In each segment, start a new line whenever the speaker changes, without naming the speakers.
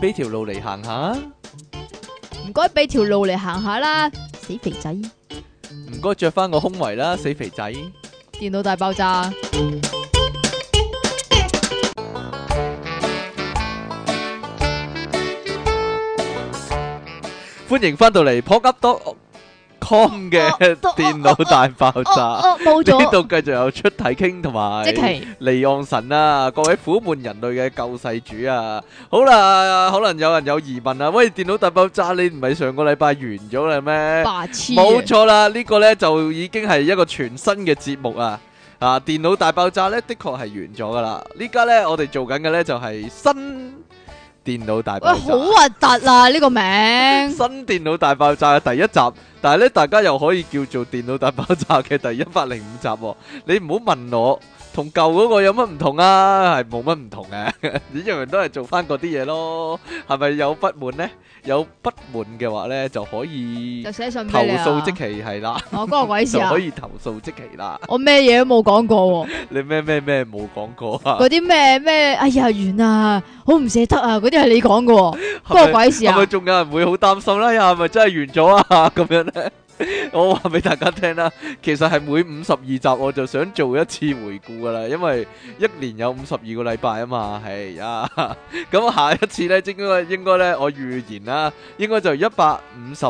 俾條路嚟行下，
唔該俾條路嚟行下啦，死肥仔！
唔該着翻個胸圍啦，死肥仔。
電腦大爆炸，
歡迎翻到嚟 p o up dot com 嘅電腦大爆炸。
哦冇
呢
咗，
度繼續有出體傾同埋
即期
離岸神啊，各位苦悶人類嘅救世主啊！好啦，可能有人有疑問啊，喂，電腦大爆炸你唔係上個禮拜完咗啦咩？
白痴啊，
冇錯啦，呢個呢就已經係一個全新嘅節目啊！啊，電腦大爆炸呢，的確係完咗噶啦。呢家呢，我哋做緊嘅呢就係新電腦大
喂，
爆
好
炸。
核突啊！呢 個名
新電腦大爆炸嘅第一集，但係咧大家又可以叫做電腦大爆炸嘅第一百零五集喎、你唔好問我同舊嗰個有乜唔同啊，係冇乜唔同嘅， 一樣都係做翻嗰啲嘢咯。係咪有不滿呢？有不滿嘅話呢，就可以
就寫信
投
俾你啊！
訴即期係啦，
我關我鬼事
就
啊
可！以投訴即期啦。
我咩嘢都冇講過喎，
你咩咩咩冇講過 啊？
嗰啲咩咩，哎呀完啦，好唔捨得啊！嗰啲係你講嘅喎，關
係
我
咪
鬼事啊
係咪！仲有人會好擔心咧？呀，係咪真係完咗啊？ 咁樣咧，我話俾大家聽啦，其實係每五十二集我就想做一次回顧噶啦，因為一年有五十二個禮拜啊嘛，係啊。 咁下一次咧，應該應該咧，我預言啦，應該就一百五十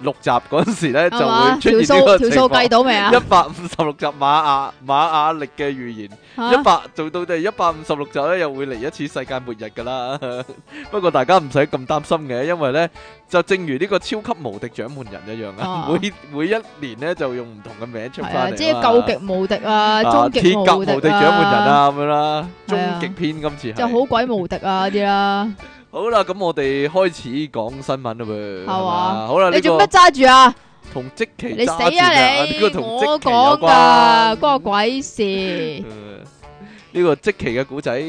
六集嗰陣時咧就
係嘛？
會
條
出現呢
數
個
條
情
數計
況。
到未啊
一？百五十六集馬雅馬雅力嘅預言。
嚇
一百做到第一百五十六集咧，又會嚟一次世界末日噶啦。 不過大家唔使咁擔心嘅，因為咧就正如呢個超級無敵獎門人一樣啊，
啊
每每一年咧就用唔同嘅名出
係
翻
啊，
嚟。
即係究極無敵啊，終極
鐵甲無
無
敵
敵
獎門人，啊咁樣啦，
係啊
終極篇今次
就
係。
好鬼無敵啊啲啦。
好啦，咁我哋開始講新聞啦噃，係
係
嘛？
嘛
好啦，
啊你
呢
做乜
個
揸住啊？
同即 期
你死
揸住
啊
㗎呢
你！
個同即
我
期有
講
關
噶，關我鬼事係
嗯 呢個即期嘅古仔。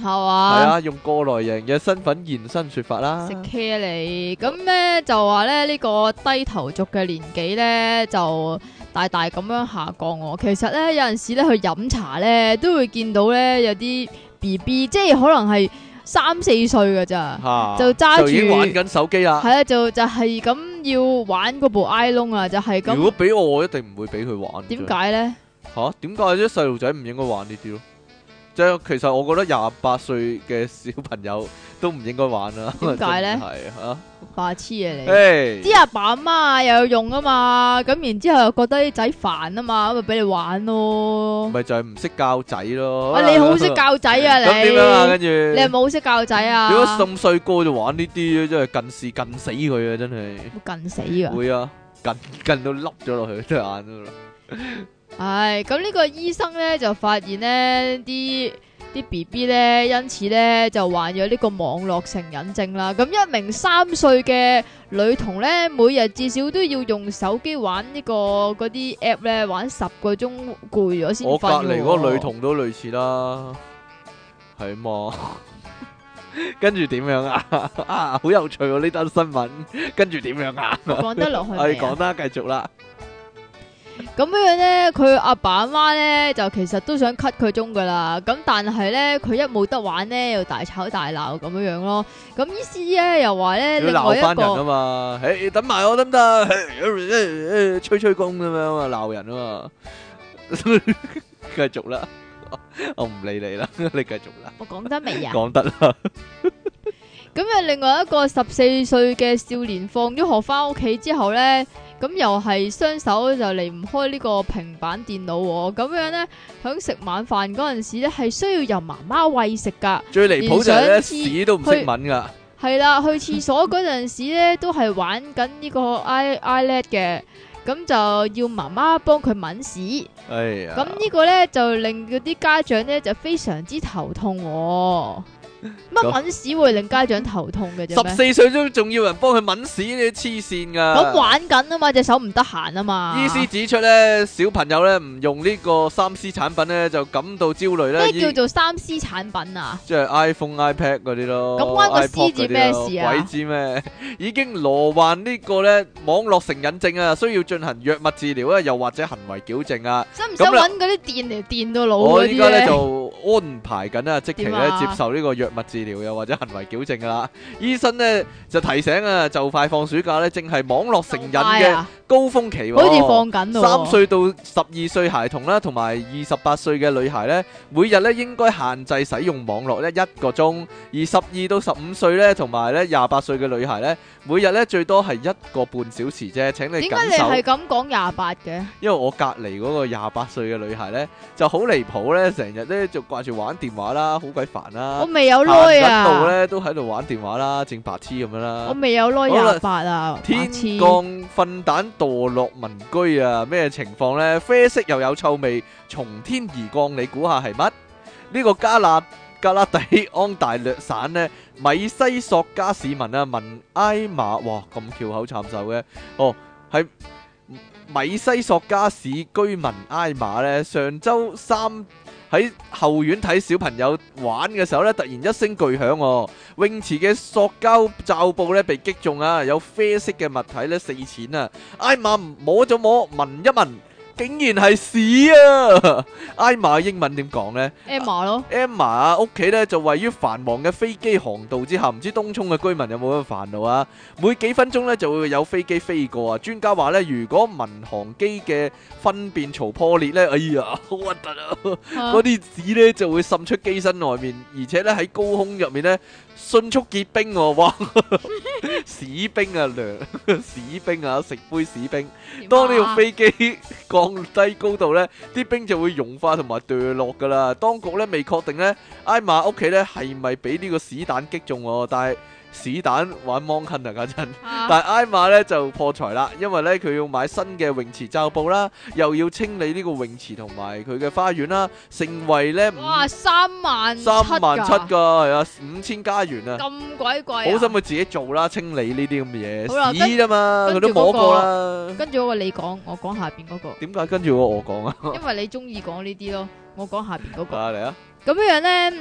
係
嘛？
啊，用過來人嘅身份現身說法啦
食。茄你咁咧就話咧呢個低頭族嘅年紀咧就大大咁樣下降喎。其實咧有陣時咧去飲茶咧都會見到咧有啲 B B，即係可能係三四歲㗎咋。
吓
就揸住
已經玩緊手機啦
係。啊，就就係咁要玩嗰部 i l o n 啊，就係
如
咁。
果俾我，我一定唔會俾佢玩。
點？解咧？
吓，點解啲細路仔唔應該玩呢啲咯？即係其實我覺得廿八歲嘅 小朋友都唔應該玩啦。
點解呢
係吓，
白痴啊你！
誒，
啲阿爸阿媽啊又有用啊嘛，咁然之後又覺得啲仔煩啊嘛，咁咪俾你玩咯。
咪就係唔識教仔咯。
啊，你好識教仔啊
咁點樣啊？
你！
跟住
你係咪好識教仔啊？
如果咁細個就玩呢啲，真係近視近死佢啊！真係
會近死㗎。
會啊，近近到凹咗落去隻眼嗰度。
唉，咁呢個醫生咧就發現呢啲。啲 B B 咧，因此咧就患咗呢個網絡成癮症啦。咁一名三歲嘅女童咧，每日至少都要用手機玩呢、個嗰啲 app 咧，玩十個鐘攰咗先瞓喎。
我隔離嗰個女童都類似啦，係 嘛？跟住點樣啊？啊， 好有趣喎！呢單新聞，跟住點樣啊？
講得落去
我哋
未啊
講啦，繼續啦。
咁樣咧，佢阿爸阿媽咧就其實都想 cut 佢鐘噶啦，咁但係咧佢一冇得玩咧，又大吵大鬧咁樣樣咯。咁醫師咧又話咧，
要
另外
鬧
一
翻人
個
啊嘛，誒等埋我得唔得？誒吹吹風咁樣啊，鬧人啊嘛。 繼續啦， 我唔理你啦， 你繼續啦，
我講得未啊？
講得啦。
咁啊，另外一個十四歲嘅少年放咗學翻屋企之後咧，咁又係雙手就離唔開呢個平板電腦喎。咁樣咧，響食晚飯嗰陣時咧，係需要由媽媽餵食㗎。
最離譜就係咧，
連上次
屎都唔識揾噶，
系啦，去廁所嗰陣時咧，都係玩緊呢個 i i l e t 嘅，咁就要媽媽幫佢抿屎。
哎呀
咁呢個咧就令嗰啲家長咧就非常之頭痛、喎。乜抿屎會令家長頭痛嘅啫
十
咩？
四歲都仲要人幫佢抿屎，你黐線噶。
咁玩緊啊嘛，隻手唔得閒啊嘛。
醫師指出咧，小朋友咧唔用呢個三 C 產品咧，就感到焦慮咧。
咩
醫
叫做三 C 產品啊？
即係 iPhone、iPad 嗰啲咯。
咁關個
iPod
獅字咩
嗰啲咯
事啊
鬼知咩？已經羅患呢個咧網絡成癮症啊，需要進行藥物治療啊，又或者行為矯正啊。
使唔使
咁啦
揾嗰啲電嚟電到腦
我
嗰
依
啲
家咧
咧？
就安排緊啊，即期咧
點啊
接受呢個藥藥物治療又或者行為矯正噶啦。醫生呢就提醒啊，就快放暑假呢，正係網絡成癮嘅
啊，
高峰期喎。
好似放緊咯喎，
三歲到十二歲孩童啦，同埋二十八歲嘅女孩呢，每日呢應該限制使用網絡呢一個鐘；而十二到十五歲呢，同埋呢廿八歲嘅女孩呢，每日呢最多係一個半小時啫。請你
點
緊啊
解你
守，
係咁講廿八嘅？
因為我隔離嗰個廿八歲嘅女孩呢，就好離譜呢，成日呢就掛住玩電話啦，好鬼煩
我
啦，
未
行
有耐
緊路
啊，
呢都喺度玩電話啦，正白痴咁樣啦。
我未有耐
好啦
廿八啊，白
天
痴
降瞓蛋墮落民居啊！咩情況呢？啡色又有臭味，從天而降，你估下係乜？呢個加納加拉底安大略省呢，米西索加市民啊，文埃馬，哇咁翹口慘手嘅，哦喺米西索加市居民埃馬呢，上周三。喺後院睇小朋友玩嘅時候呢，突然一聲巨響喎、泳池嘅塑膠罩布咧被擊中啊，有啡色嘅物體咧四濺啊！艾瑪摸咗摸，聞一聞，竟然係屎啊！ 艾瑪英文點講呢？
Emma 咯，
Emma 屋企咧就位於繁忙嘅飛機航道之下，唔知東涌嘅居民有冇咁嘅煩惱啊？每幾分鐘咧就會有飛機飛過啊！專家話咧，如果民航機嘅分辨槽破裂咧，哎呀，好核突啊！
啊
嗰啲紙咧就會滲出機身外面，而且咧喺高空入面咧迅速結冰喎、哇！屎冰啊，涼 屎冰啊，食杯屎冰。當呢個飛機降低高度呢，啲冰就會融化同埋墜落噶啦。當局呢未確定呢，艾瑪屋企呢係咪俾呢個屎蛋擊中喎？但係屎蛋玩芒坑啊，家陣。
啊
但係艾瑪呢就破財啦，因為呢，佢要買新嘅泳池罩布啦，又要清理呢個泳池同埋佢嘅花園啦，成為呢
哇
五
三萬
三萬七㗎，
㗎
係啊，五千加元啊！
咁鬼貴啊
好心佢自己做啦，清理呢啲咁嘅
好啦
嘢，
跟
屎啊嘛，佢
跟
都
住
摸
嗰個
過啦。
跟住嗰個你講，我講下邊嗰個，
點解跟住我我講啊？
因為你中意講呢啲咯，我講下邊嗰個。
啊嚟啊！
咁樣樣咧，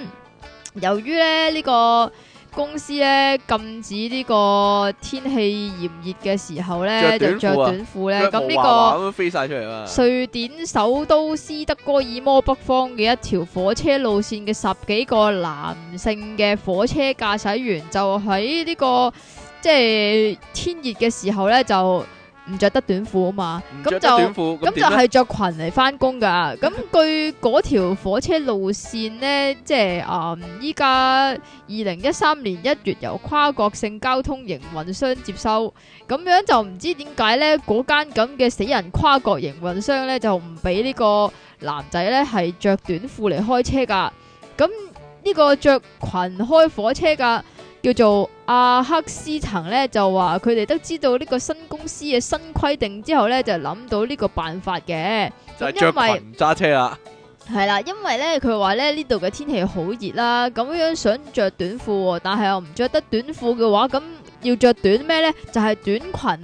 由於咧呢個公司咧禁止呢個天氣炎熱嘅時候咧，
着短
就着
褲啊
短褲咧。咁呢
個
個
咁樣飛晒出嚟啊！
瑞典首都斯德哥爾摩北方嘅一條火車路線嘅十幾個男性嘅火車駕駛員就喺呢、個即係天熱嘅時候咧，就唔着得短褲啊嘛，
唔
咁
着得
就。
短褲
咁就
點咧
係着裙嚟翻工噶。 咁據嗰條火車路線呢，即係啊，嗯依家二零一三年一月由跨國性交通營運商接收，咁樣就唔知點解呢，嗰間咁嘅死人跨國營運商呢，就唔俾呢個男仔呢係着短褲嚟開車噶。咁呢個着裙開火車噶。叫做阿克斯滕咧，就話佢哋都知道呢個新公司嘅新規定之後咧，就諗到呢個辦法嘅。
就係
因
着
為
裙揸車啦，
係啦，因為咧佢話咧呢度嘅天氣好熱啦，咁樣想着短褲喎，但係又唔着得短褲嘅話，咁要着短咩咧？就係、短 裙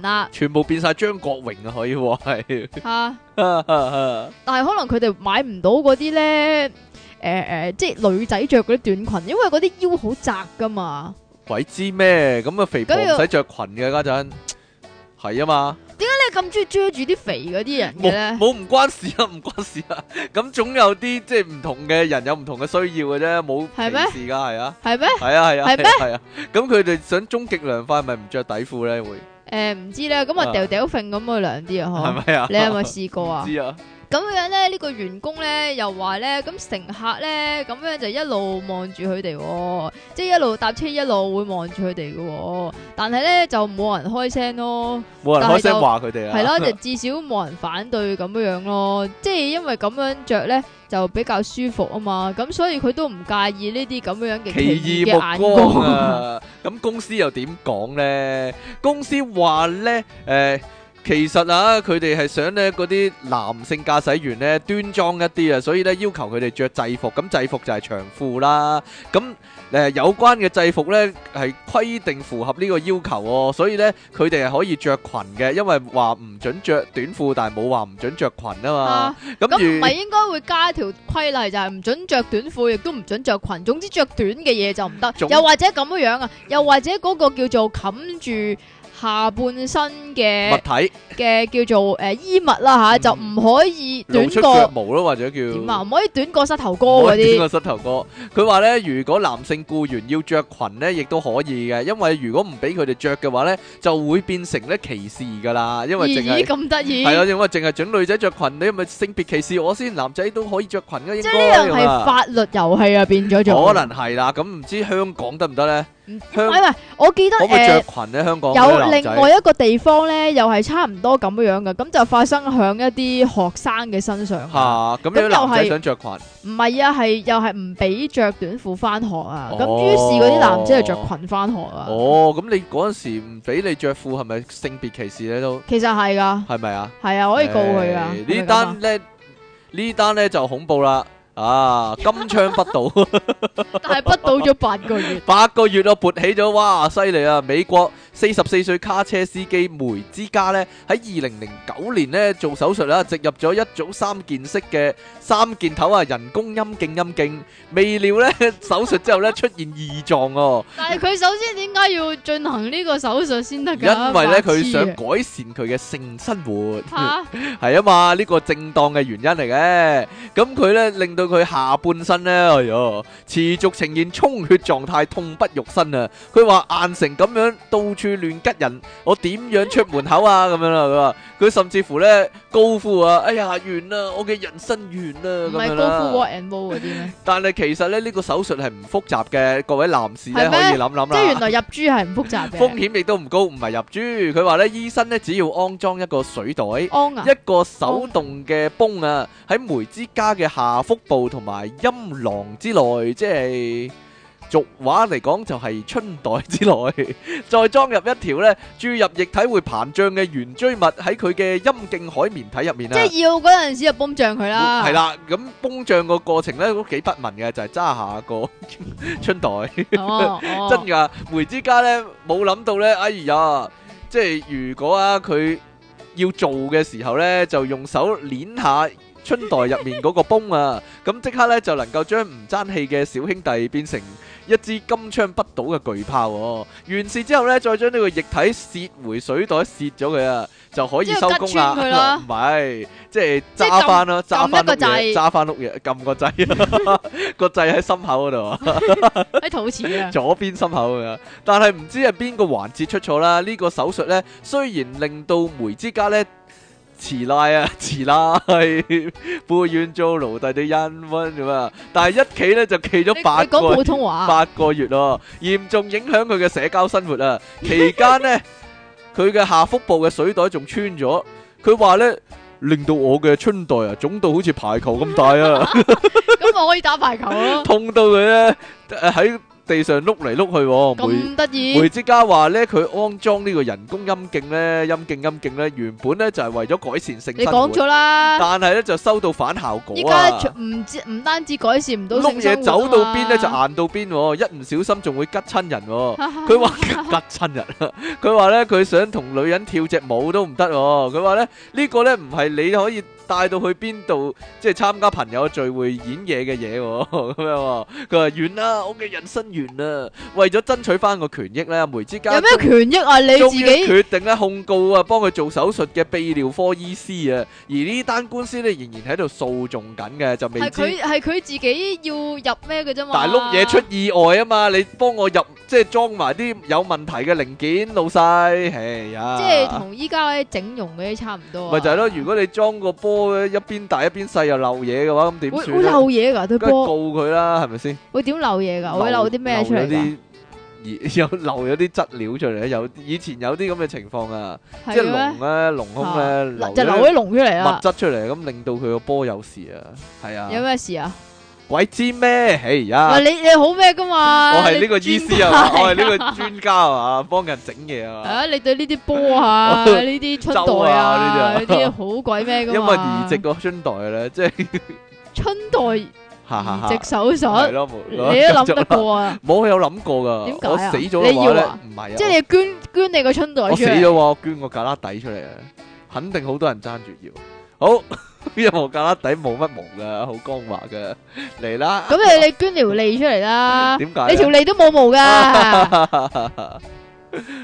啦
全部變晒張國榮啊！可以喎係，
吓、但係可能佢哋買唔到嗰啲咧，誒、誒，即係女仔着嗰啲短裙，因為嗰啲腰好窄噶嘛。
鬼知咩？咁啊肥婆
咁要
唔使着裙嘅家陣，係啊嘛，
即係咁中意遮住啲肥嗰啲人嘅
冇
咧。
冇唔關事啊，唔關事啊。 咁總有啲即係唔同嘅人有唔同嘅需要嘅啫，冇
係咩
歧視㗎係啊，
係咩？
係啊係啊
係咩
係啊。咁佢哋想終極涼快，咪唔着底褲咧會
誒唔知咧，咁
啊
啊掉掉揈咁啊涼啲
係
啊，嗬？
咪 啊？
你係咪試過
唔
啊？
知啊，
咁樣咧，呢個員工咧又話咧，咁乘客咧咁樣就一路望住佢哋喎，即係一路搭車一路會望住佢哋嘅喎，但係咧就冇人開聲咯，
冇人
但係
開聲
就
話佢 哋啊。
係咯，就至少冇人反對咁樣樣咯，即係因為咁樣着咧就比較舒服啊嘛，咁所以佢都唔介意呢啲咁樣
奇
嘅奇
異
異嘅眼
目 光
光。
啊！咁公司又點講呢？公司話呢，誒、其實啊，佢哋係想呢嗰啲男性駕駛員呢端莊一啲啊，所以呢要求佢哋着制服。咁制服就係長褲啦。咁誒、有關嘅制服呢係規定符合呢個要求喎、所以呢，佢哋係可以着裙嘅，因為話唔準着短褲，但係冇話唔準着裙啊嘛
啊。
咁
咁唔
如
係應該會加條規例，就係唔准着短褲，亦都唔准着裙。總之着短嘅嘢就唔得
總。
又或者咁樣樣啊，又或者嗰個叫做冚住下半身嘅
物體
嘅叫做诶衣物啦吓，
嗯
就唔可以短
露出腳
過
毛咯，或者叫
點啊？唔可以短過膝頭哥嗰
我係邊
啲
個膝頭哥。佢話咧，如果男性僱員要着裙咧，亦都可以嘅，因為如果唔俾佢哋着嘅話咧，就會變成咧歧視噶啦，因為淨
咦咦
係
咁得意
係，啊，因為淨係準女仔着裙，你咪性別歧視我先，男仔都可以着裙嘅，應
即係呢樣
該
係
係嘛
法律遊戲啊，變咗做
可能係啦，咁唔知香港得唔得咧？
唔
香
唔係唔係，我記得
可唔可以
诶
着。裙咧？香港嗰
有
啲男
另
仔
外一個地方咧，又係差唔多咁樣嘅，咁就發生響一啲學生嘅身上。
吓，咁
咁
有啲男仔
又係
想着裙。
唔係啊，係又係唔俾着短褲翻學啊，咁
哦
於是嗰啲男仔就着裙翻學啊。
哦，咁你嗰阵时唔俾你着褲，係咪性別歧視咧？都
其實係噶，
係咪啊？
係啊，可以告佢噶。
誒
係咪
呢
咁啊
單咧，呢單咧就恐怖啦！啊，金槍不倒，，
但係不到咗八個月
八個月咯，勃起咗，哇，犀利啊！美國四十四歲卡車司機梅之家咧，喺二零零九年咧做手術啦，植入咗一組三件式嘅三件頭啊人工陰莖陰莖，未料咧 手術之後咧出現異狀喎。
但係佢首先點解要進行呢個手術先得㗎？
因為咧
白
佢
痴
想
啊
改善佢嘅性生活，
嚇
係啊嘛，呢個正當嘅原因嚟嘅。咁佢咧令到佢下半身咧，哎呦，持續呈現充血狀態，痛不欲生啊！佢話硬成咁樣，到處亂吉人，我點樣出門口啊？咁樣啦，佢話佢甚至乎咧高呼啊，哎呀完啦，我嘅人生完啦咁
唔
樣
係高呼啊
啦。
what and w o 嗰啲咩？
但係其實咧呢個手術係唔複雜嘅，各位男士咧可
係咩
以諗諗
即係原
啦。
來入珠係唔複雜
風
嘅。
險亦都唔高，唔係入珠。佢話咧，醫生咧只要安裝一個水袋，
安啊，
一個手動嘅泵啊，喺梅之家嘅下腹部同埋陰囊之內，即係俗話嚟講就係春袋之內， 再裝入一條咧注入液體會膨脹嘅圓錐物喺佢嘅陰莖海綿體入面
即
啊。
係啊要嗰陣時就泵脹佢啦。
係，啦，咁膨脹個過程咧都幾不文嘅，就係、揸下個春袋。
哦，哦
真噶，梅之家咧冇諗到咧，哎呀，即係如果啊佢要做嘅時候咧，就用手捻下春袋入面嗰個泵啊， 咁即刻咧就能夠將唔爭氣嘅小兄弟變成一支金槍不倒嘅巨炮、喎。完事之後咧，再將呢個液體泄回水袋，泄咗佢啊，就可以收工
即係拮穿佢啦
啦。 唔係，即係
即係
揸翻咯，揸
撳
翻
一個
碌嘢，
掣
揸翻碌嘢，撳個掣， 個掣喺心口嗰度啊。
喺肚臍 啊。
左邊心口咁樣，但係唔知係邊個環節出錯啦？呢、個手術呢，雖然令到梅之家呢遲賴啊， 遲賴，背怨做奴隸的恩温咁啊，但係一企呢就企咗
你
八
你講
個
普通話，啊
八個月咯，嚴重影響佢嘅社交生活啊！期間 呢，佢嘅下腹部嘅水袋仲穿咗，佢話呢，令到我嘅春袋啊腫到好似排球咁大 啊！
咁我可以打排球 咯。
痛到佢咧誒喺地上碌嚟碌去喎，梅
咁得
梅
意，
之家話咧，佢安裝呢個人工陰莖咧，陰莖陰莖咧，原本咧就係為咗改善性
你
生
講
活，
咗啦。
但係咧就收到反效果
依
啊！
家唔知唔單止改善唔到
碌
性
嘢
生
走
活
到
啊嘛
邊咧就硬到邊喎，一唔小心仲會吉親人喎。 佢話吉親人，啊佢話咧佢想同女人跳隻舞都唔得喎。佢話咧呢個咧唔係你可以帶到去邊度，即係參加朋友聚會演嘢嘅嘢喎。咁 樣喎，佢話完啦，我嘅人生完啦。為咗爭取翻個權益咧，梅之家
有咩權益啊？你
終
自
於
己
決定咧控告啊，幫佢做手術嘅泌尿科醫師啊，而呢單官司咧仍然喺度訴訟緊嘅，就未
係
知。
佢係佢自己要入咩嘅啫嘛？
大碌嘢出意外啊嘛！你幫我入即係裝埋啲有問題嘅零件，老細，哎呀，
即係同依家嗰啲整容嗰啲差唔多啊。
咪就係咯。如果你裝個波一邊大一邊細又漏嘢嘅話，咁點
會
算
會
咧？
漏嘢㗎對
梗係告
波，
佢啦，係咪先？
會點漏嘢㗎？會漏啲咩出嚟
漏
㗎？
咗啲 有漏咗啲質料出嚟咧，有以前有啲咁嘅情況啊，即係
係嘅咩
隆？咧、隆胸咧，
啊
漏
就流
咗
啲龍出嚟
物
啦。
質出嚟，咁令到佢個波有事啊，係
有
啊，
咩事啊？
鬼知咩？哎呀！
喂，你你好咩㗎嘛？
我係呢個醫師啊嘛，我係
你專家嚟㗎
呢個專家啊嘛，幫人整嘢 啊嘛。
啊！你對呢啲波啊，
我
呢啲春
周
袋
啊
啊，
呢
呢
啲啊
啲好鬼咩
因
噶
為
嘛？
移植個春袋咧，即係
春袋移
哈哈哈，
植手
係
術，
咯，冇
你都諗得。過啊！
冇我有諗過噶，
點解啊
我死咗嘅話咧
你要啊，
唔係啊，
即係你捐捐你個春袋
我
出
死咗喎，
嚟，
我捐個旮旯底出嚟啊，肯定好多人爭住要。好， 因為我旮旯底冇乜毛噶，好光滑噶，嚟啦。
咁你你捐條脷出嚟啦，
點解啊
你條脷都冇毛噶，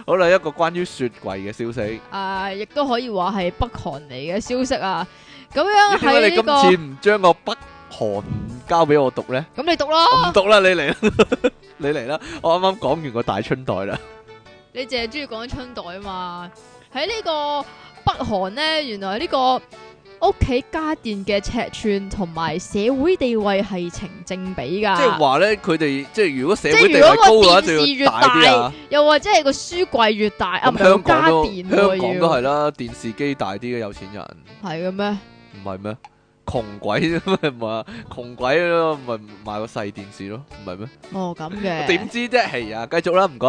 好啦，一個關於雪櫃嘅消息。
啊，亦都可以話係北韓嚟嘅消息啊。咁
咦點
樣
解
喺
你
呢
今
個
次唔將個北韓交俾我讀咧？
咁你讀咯，
唔讀啦，你 嚟啦，你嚟啦！我啱啱講完個大春袋啦，
你淨係中意講春袋啊嘛。喺呢個北韓呢，原來呢個屋企家電嘅尺寸同埋社會地位係成正比㗎。
即係話咧，佢哋即係如果社
即係
會地
如
位
果個
高嘅話，
電視
就
越
要大啲啊。
又或者係個書櫃越大，啊唔
咁
係有
香
家
港都
電
香
喎
港都係
要
啦，電視機大啲嘅有錢人
係嘅咩？
唔係咩？窮鬼啫嘛， 唔係啊窮鬼咯，咪買個細電視咯，唔係咩？
哦咁
我
嘅。
點知啫？係啊，繼續啦，唔該。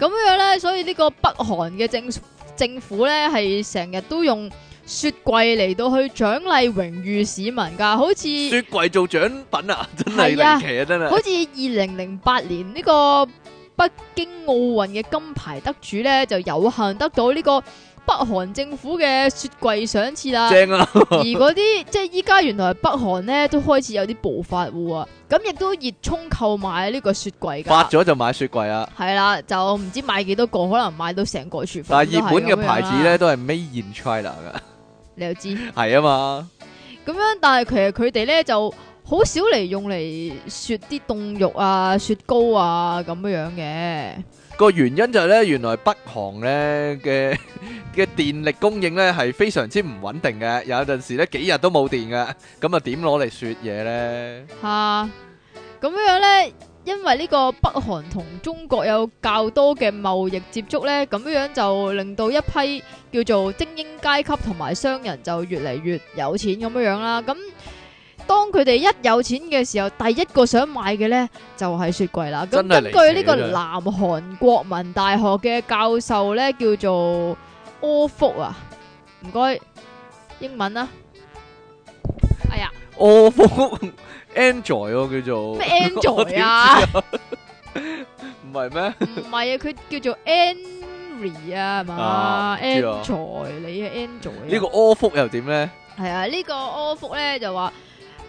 咁樣咧，所以呢個北韓嘅政政府咧係成日都用雪櫃嚟到去獎勵榮譽市民㗎，好似
雪櫃做獎品啊，真係
係啊
離奇啊，真係。
好似二零零八年呢個北京奧運嘅金牌得主咧，就有幸得到呢個北韓政府嘅雪櫃賞賜啦。
正啊！
而嗰啲即係依家原來北韓咧都開始有啲暴發户啊，咁亦都熱衷購買呢個雪櫃
發
㗎。
咗就買雪櫃啊！
係啦，就唔知買幾多個，可能買到成個廚房
但
都
係
係
熱
咁樣啦。
本嘅牌子咧，都係 Made in China
你又知
噶，係啊嘛。
咁樣，但係其實佢哋咧就好少嚟用嚟雪啲凍肉啊、雪糕啊咁樣樣嘅。
個原因就係咧，原來北韓咧嘅嘅電力供應咧係非常之唔穩定嘅，有陣時咧幾日都冇電嘅，咁啊點攞嚟雪嘢咧？
吓咁樣咧，因為呢個北韓同中國有較多嘅貿易接觸咧，咁樣就令到一批叫做精英階級同埋商人就越嚟越有錢咁樣樣啦。咁當佢哋一有錢嘅時候，第一個想買嘅咧就係、雪櫃啦。咁
真係離
根
奇
據呢個
啊真係
南韓國民大學嘅教授咧，叫做柯福啊，唔該英文啦、哎呀！
我服 Android 喎，叫做
咩 Android 啊？
唔係咩？
唔係啊，佢叫做 Henry 啊，係嘛
啊唔知啊
？Android，你係 Android 啊。
呢個柯福又點咧？
係啊，呢個柯福咧就話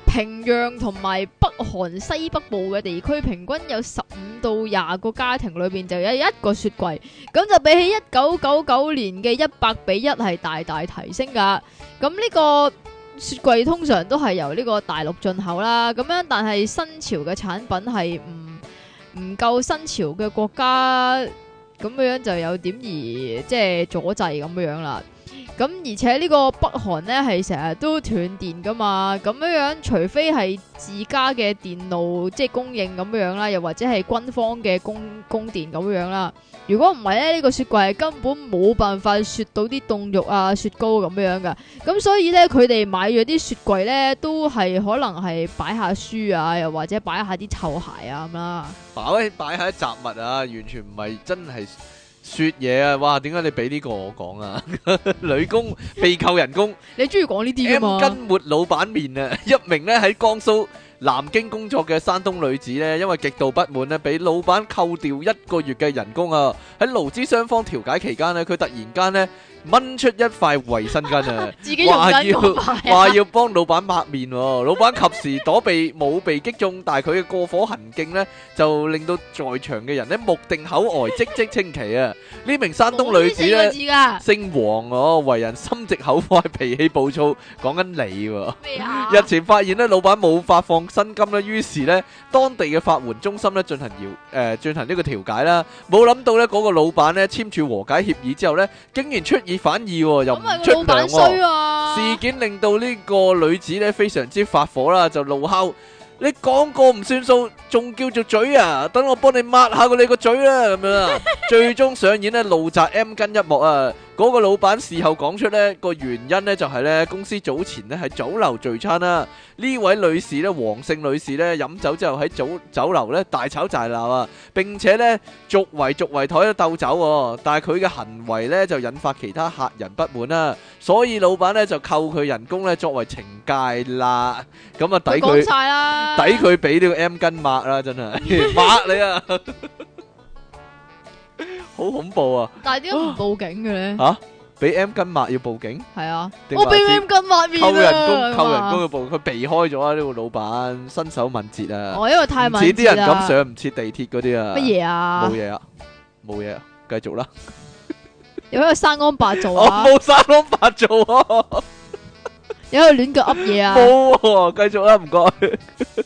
平壤同埋北韓西北部嘅地區平均有十五到廿個家庭裏邊就有一個雪櫃，咁就比起一九九九年嘅一百比一係大大提升噶。咁呢個雪櫃通常都係由呢個大陸進口啦，咁樣但係新潮嘅產品係唔唔夠新潮嘅國家咁樣就有點而即係阻滯咁樣啦。咁而且呢個北韓呢係成日都斷電噶嘛，咁樣樣除非係自家嘅電路即係供應咁樣啦，又或者係軍方嘅供供電咁樣啦。如果唔係咧，呢、個雪櫃係根本冇辦法雪到啲凍肉啊、雪糕咁樣噶。咁所以呢，佢哋買咗啲雪櫃呢，都係可能係擺下書啊，又或者擺下啲臭鞋啊咁啦。
擺擺喺雜物啊，完全唔係真係雪嘢啊！哇，點解你俾呢個我講 啊？女工被扣人工。
你中意講呢啲
M
噶 嘛？
根末老闆面啊，à. 一名呢喺江蘇南京工作嘅山東女子呢，因為極度不滿呢，俾老闆扣掉一個月嘅人工啊，喺勞資雙方調解期間呢，佢突然間呢，掹出一塊衛生巾啊，
自己用
話
緊
要
咁快啊！
話要幫老闆抹面喎，老闆及時躲避，à. 冇被擊中，但係佢嘅過火行徑呢，就令到在場嘅人呢，目定口呆，嘖嘖稱奇啊。呢名山東女子呢，
冇呢四個字㗎
姓黃哦，為人心直口快，脾氣暴躁，講緊你喎。
咩啊？
日前發現咧，老闆冇發放薪金咧，於是咧，當地嘅法援中心咧進行調誒進行呢個調解啦。冇諗到咧，嗰個老闆咧簽署和解協議之後咧，竟然出爾反爾喎，又唔
咁咪
出
個老啊
糧
闆
喎
衰。啊！
事件令到呢個女子咧非常之發火啦，就怒吼：你講過唔算數，仲叫做嘴啊！等我幫你抹下佢你個嘴啦，咁樣啊！ 最終上演咧怒責 M 巾一幕啊！嗰、個老闆事後講出呢個原因呢，就係呢公司早前呢喺酒樓聚餐啦、呢位女士呢，黃姓女士呢，飲酒之後喺酒酒樓呢大吵大鬧啊，並且呢逐圍逐圍台度鬥酒喎、但係佢嘅行為呢，就引發其他客人不滿啦、所以老闆咧就扣佢人工咧作為懲戒啦，咁啊抵
佢
佢
講
抵
晒啦，
佢俾呢個 M 巾抹啦， 真係抹你啊，好恐怖啊！
但係點解唔報警嘅咧？
俾 M 巾抹要報警，
係啊，
啊定
我
話
俾
知
M 巾抹面啊
扣人工扣
咁啊
人工嘅報，佢避開咗啊！呢個老闆身手敏捷啊，
哦，因為太
唔
敏
似啲人
捷啦
咁上唔切地鐵嗰啲啊，
乜嘢啊
冇？嘢啊，冇嘢啊，继续啦。
又喺度生安白做
我
啊，
哦冇生窿白做啊，
又喺度亂腳噏嘢啊。
冇喎，继续啦，唔该。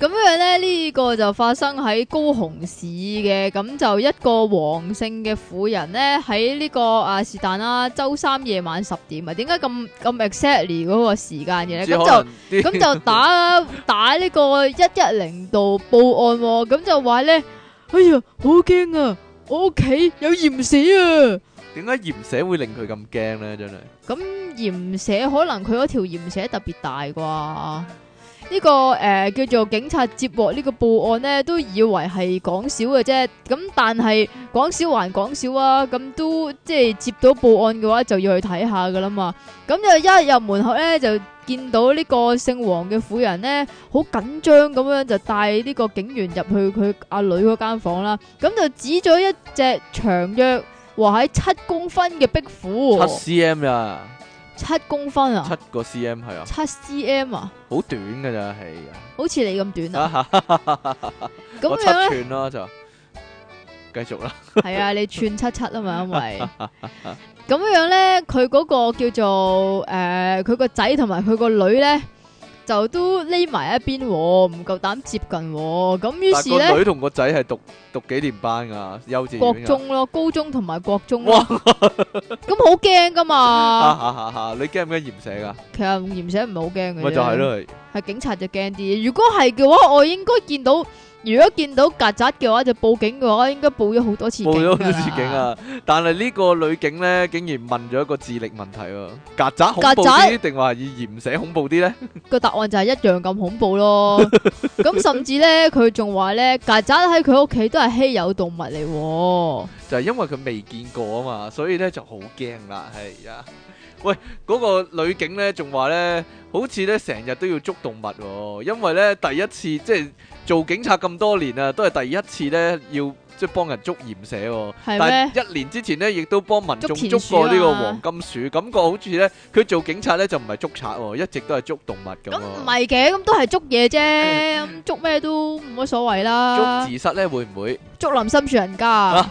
咁樣咧，呢、個就發生喺高雄市嘅，咁就一個黃姓嘅婦人咧，喺呢、個啊是但啦，周三夜晚十點啊，點解咁咁 exactly 嗰個時間嘅咧？咁就
就
咁就打打呢個一一零度報案、喎，咁就話咧，哎呀，好驚啊！我屋企有鹽蛇啊！
点解鹽蛇會令佢咁驚咧？真係
咁鹽蛇可能佢嗰條鹽蛇特別大啩？呢、個呃叫做警察接獲呢個報案呢，都以為係講笑嘅啫。咁但係講笑還講笑啊，咁都即係接到報案嘅話，就要去睇下噶啦嘛。咁就一入門口呢，就見到呢個姓黃嘅婦人呢，好緊張咁樣就帶呢個警員入去佢阿女嗰間房啦。咁就指咗一隻長約話喺七公分嘅壁虎喎。
七 cm 啊，
七公分
七
啊，
個 cm 係啊，
七 cm 啊，
好短噶咋係啊。
好似你咁短啊，
我
咁
七
樣咧，
寸咯就繼續啦。
係啊，你串七七啊嘛，因為咁樣咧，佢嗰個叫做诶，佢、個仔同埋佢個女咧，就都匿埋一邊喎，唔夠膽接近喎，咁於
但
是咧
個，女同個仔係讀讀幾年班噶，幼稚
國
園㗎。
中咯，高中同埋國中
啊哇啊
咯，！咁好驚 噶
哈
嘛，
哈哈哈！你驚唔驚鹽蛇噶？
其實鹽蛇唔係好驚嘅，
咪就係，咯，係
係警察就驚啲，如果係嘅話，我應該見到。如果見到曱甴嘅話，就報警嘅話，應該報咗好多次警
報咗好多
㗎
次
啦
警！啊！但係呢個女警咧，竟然問咗一個智力問題喎。曱甴恐
曱
怖
甴
啲定話以鹽蛇恐怖啲咧？
個答案就係一樣咁恐怖 咯。咁甚至咧，佢仲話咧，曱甴喺佢屋企都係稀有動物嚟喎。
就係因為佢未見過啊嘛，所以咧就好驚啦，係啊。喂，嗰、個女警咧仲話咧，好似咧成日都要捉動物喎、因為咧第一次即係做警察咁多年啊，都係第一次咧要即係幫人捉鹽蛇喎、但
係咩？
係一年之前咧，亦都幫民眾
捉田
捉過呢
鼠
個
啊
黃金鼠，感覺好似咧佢做警察咧就唔係捉賊喎，一直都係捉動物咁
咁唔
喎。
係啊嘅，咁都係捉 嘢啫，咁捉咩都冇乜所謂啦
捉。自殺咧會唔會？
捉林心樹 人家，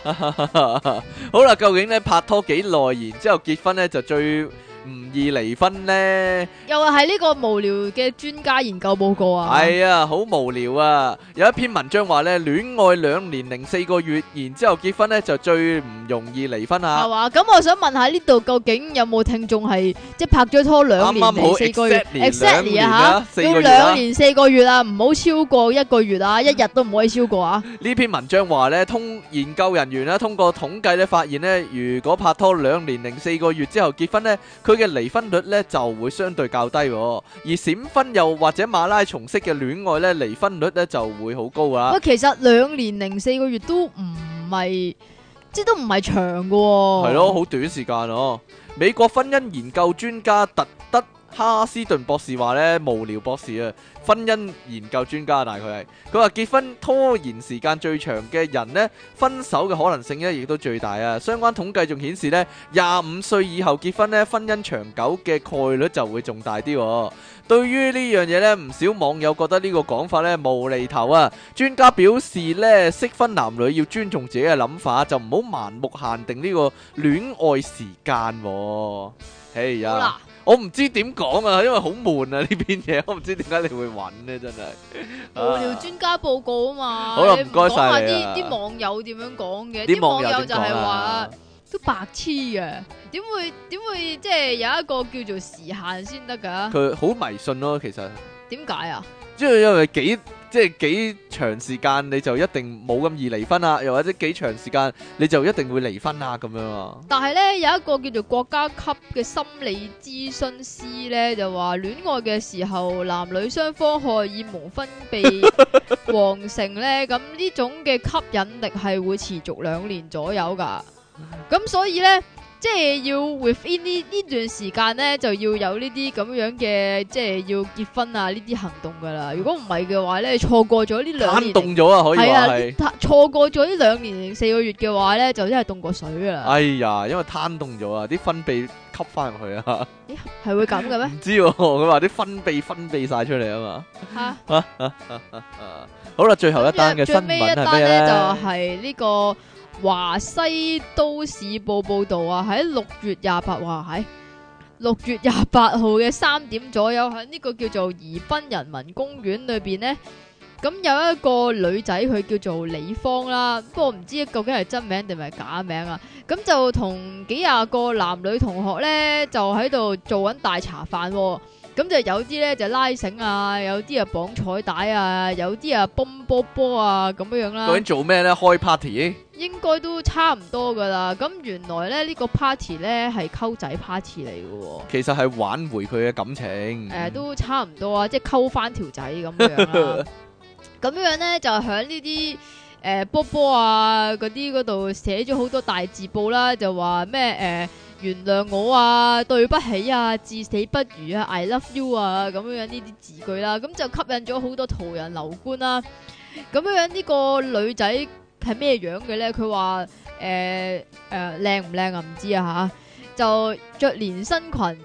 好啦，究竟咧拍拖幾耐，然之後結婚咧就最唔易離婚咧？
又係呢個無聊嘅專家研究報告啊。
係啊，好無聊啊！有一篇文章話咧，戀愛兩年零四個月，然之後結婚咧就最唔容易離婚啊
係！嘛？咁我想問下呢度究竟有冇聽眾係即係拍咗拖兩年
啱啱好
零四個月
exactly 兩年啦
啊
四
吓，
個月啦
要兩年四個月啊，唔好超過一個月啊，一日都唔可以超過啊。
呢篇文章話咧，通研究人員咧通過統計咧發現咧，如果拍拖兩年零四個月之後結婚咧，佢嘅離婚率咧就會相對較低喎，而閃婚又或者馬拉松式嘅戀愛咧，離婚率咧就會好高啊
喂，！其實兩年零四個月都唔係，即係都唔係長噶、喎。
係咯，，好短時間咯。美國婚姻研究專家特德哈斯頓博士話咧，無聊博士啊，婚姻研究專家，但係佢係佢話結婚拖延時間最長嘅人呢，分手嘅可能性咧亦都最大啊。相關統計仲顯示呢，廿五歲以後結婚呢，婚姻長久嘅概率就會仲大啲、喎。對於呢樣嘢呢，唔少網友覺得呢個講法呢無厘頭啊。專家表示呢，適婚男女要尊重自己嘅諗法，就唔好盲目限定呢個戀愛時間、喎。哎
好
呀
啦，，
我唔知點講啊，因為好悶啊呢邊嘢，我唔知點解你會揾呢，真係。啊
無聊專家報告啊嘛。
好啦
你
唔該晒
講
你
下
啊
啲啲網友點樣講嘅？
啲
啲
網
網
友
友就
點
係
講
話
啊
都白痴嘅，點會點會即係有一個叫做時限先得㗎？
佢好迷信咯，其實。
點解啊？
即係因為幾即係幾長時間你就一定冇咁易離婚啦，又或者幾長時間你就一定會離婚啦咁樣啊。
但係咧有一個叫做國家級嘅心理諮詢師咧就話，戀愛嘅時候男女雙方荷爾蒙分 泌旺盛咧，咁呢種嘅吸引力係會持續兩年左右噶。咁所以咧，即係要 within 呢呢段時間咧，就要有呢啲咁樣嘅，即係要結婚啊呢啲行動噶啦。如果唔係嘅話咧，錯過咗呢兩
攤
年
凍咗啊，可以
係
話
啊，
係。
呢錯過咗呢兩年零四個月嘅話咧，就真係凍過水噶啦。
哎呀，因為攤凍咗啊，啲分泌吸翻入去啊，
係會咁嘅咩？
唔知喎佢話啲分泌分泌晒出嚟啊
吓，
嘛。啊好啦，最後一單嘅新
最
聞
尾一
係
單
咩
咧就
咧？
係呢個華西都市報報導啊，喺六月廿八，哇，喺六月廿八號嘅三點左右，喺呢個叫做宜賓人民公園裏邊呢。咁有一個女仔，佢叫做李芳啦，不過唔知究竟係真名定係假名啊。咁就同幾廿個男女同學呢，就喺度做緊大茶飯喎、咁就有啲咧就拉繩啊，有啲啊綁彩帶啊，有啲啊泵波波啊咁樣樣啦。
究竟做咩咧？開 party？
應該都差唔多噶啦。咁原來咧呢、個 party 咧係溝仔 party 嚟嘅喎。
其實係挽回佢嘅感情。
誒、都差唔多啊，即係溝翻條仔咁樣啦。咁樣咧就喺呢啲誒波波啊嗰啲嗰度寫咗好多大字報啦，就話咩誒原諒我啊，對不起啊，至死不渝啊，I love you 啊咁樣呢啲字句啦，咁就吸引咗好多途人留觀啦。咁樣呢個女仔係咩樣嘅咧？佢話誒誒靚唔靚啊？唔知啊吓，就着連身裙。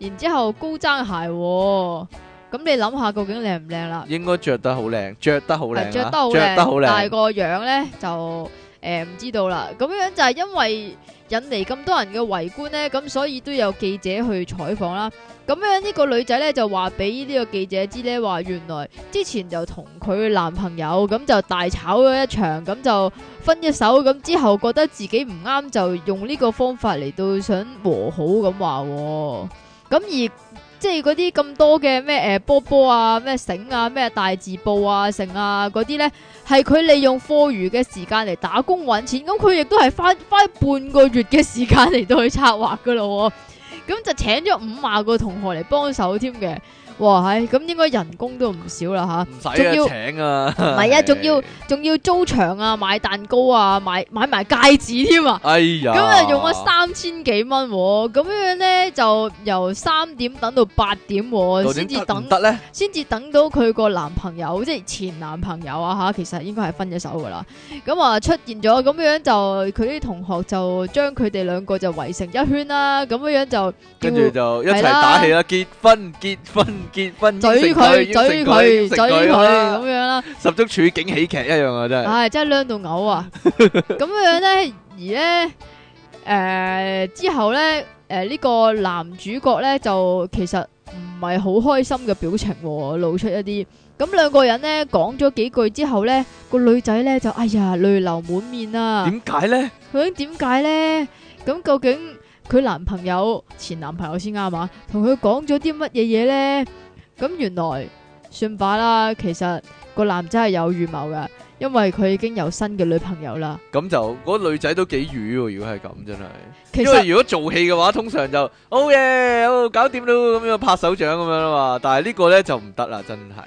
然之後高踭鞋、喎，咁你諗下究竟靚唔靚啦？
應該着得好靚，着得好靚
係
啊，
着得好
着得好
靚，但係
靚。
個樣咧就誒唔知道啦。咁樣就係因為引嚟咁多人嘅圍觀咧，咁所以都有記者去採訪啦。咁樣呢個女仔咧就話俾呢個記者知咧，話原來之前就同佢男朋友咁就大吵咗一場，咁就分咗手，咁之後覺得自己唔啱，就用呢個方法嚟到想和好咁話喎。咁而即係嗰啲咁多嘅咩誒波波啊、咩繩啊、咩大字報啊、成啊嗰啲咧，係佢利用課餘嘅時間嚟打工揾錢，咁佢亦都係花花半個月嘅時間嚟到去策劃噶咯喎，咁就請咗五萬個同學嚟幫手添嘅，哇係，咁應該人工都唔少啦吓。
唔使
仲要
啊，請啊。
唔係啊仲要仲要租場啊，買蛋糕啊，買買埋戒指添啊！
哎呀，
咁啊用咗三千幾蚊喎，咁樣咧就由三點等到八點喎，
究
先
竟
至
得唔
等
得咧？
先至等到佢個男朋友，即係前男朋友啊吓，其實應該係分咗手噶啦。咁啊出現咗咁樣就佢啲同學就將佢哋兩個就圍成一圈啦，咁樣樣就
跟住就一齊
係啦
打氣啦，結婚結婚結婚，
嘴
應承佢
佢嘴佢
應承
嘴佢
啦
咁樣啦。
十足處境喜劇一樣啊，真係。
唉，真係靚到嘔 啊！咁樣咧，而咧，誒、之後咧，誒、呢、個男主角咧就其實唔係好開心嘅表情喎，露出一啲。咁兩個人咧講咗幾句之後咧，個女仔咧就哎呀淚流滿面啊！
點解咧？
究竟點解咧？咁究竟佢男朋友前男朋友先啱啊？同佢講咗啲乜嘢嘢咧？咁原來算罷啦，其實個男仔係有預謀噶，因為佢已經有新嘅女朋友啦。
咁就嗰女仔都幾瘀喎，如果係咁真係。
其
因為
實
如果做戲嘅話，通常就哦耶，哦搞掂咯咁樣拍手掌咁樣啦嘛。但係呢個咧就唔得啦，真係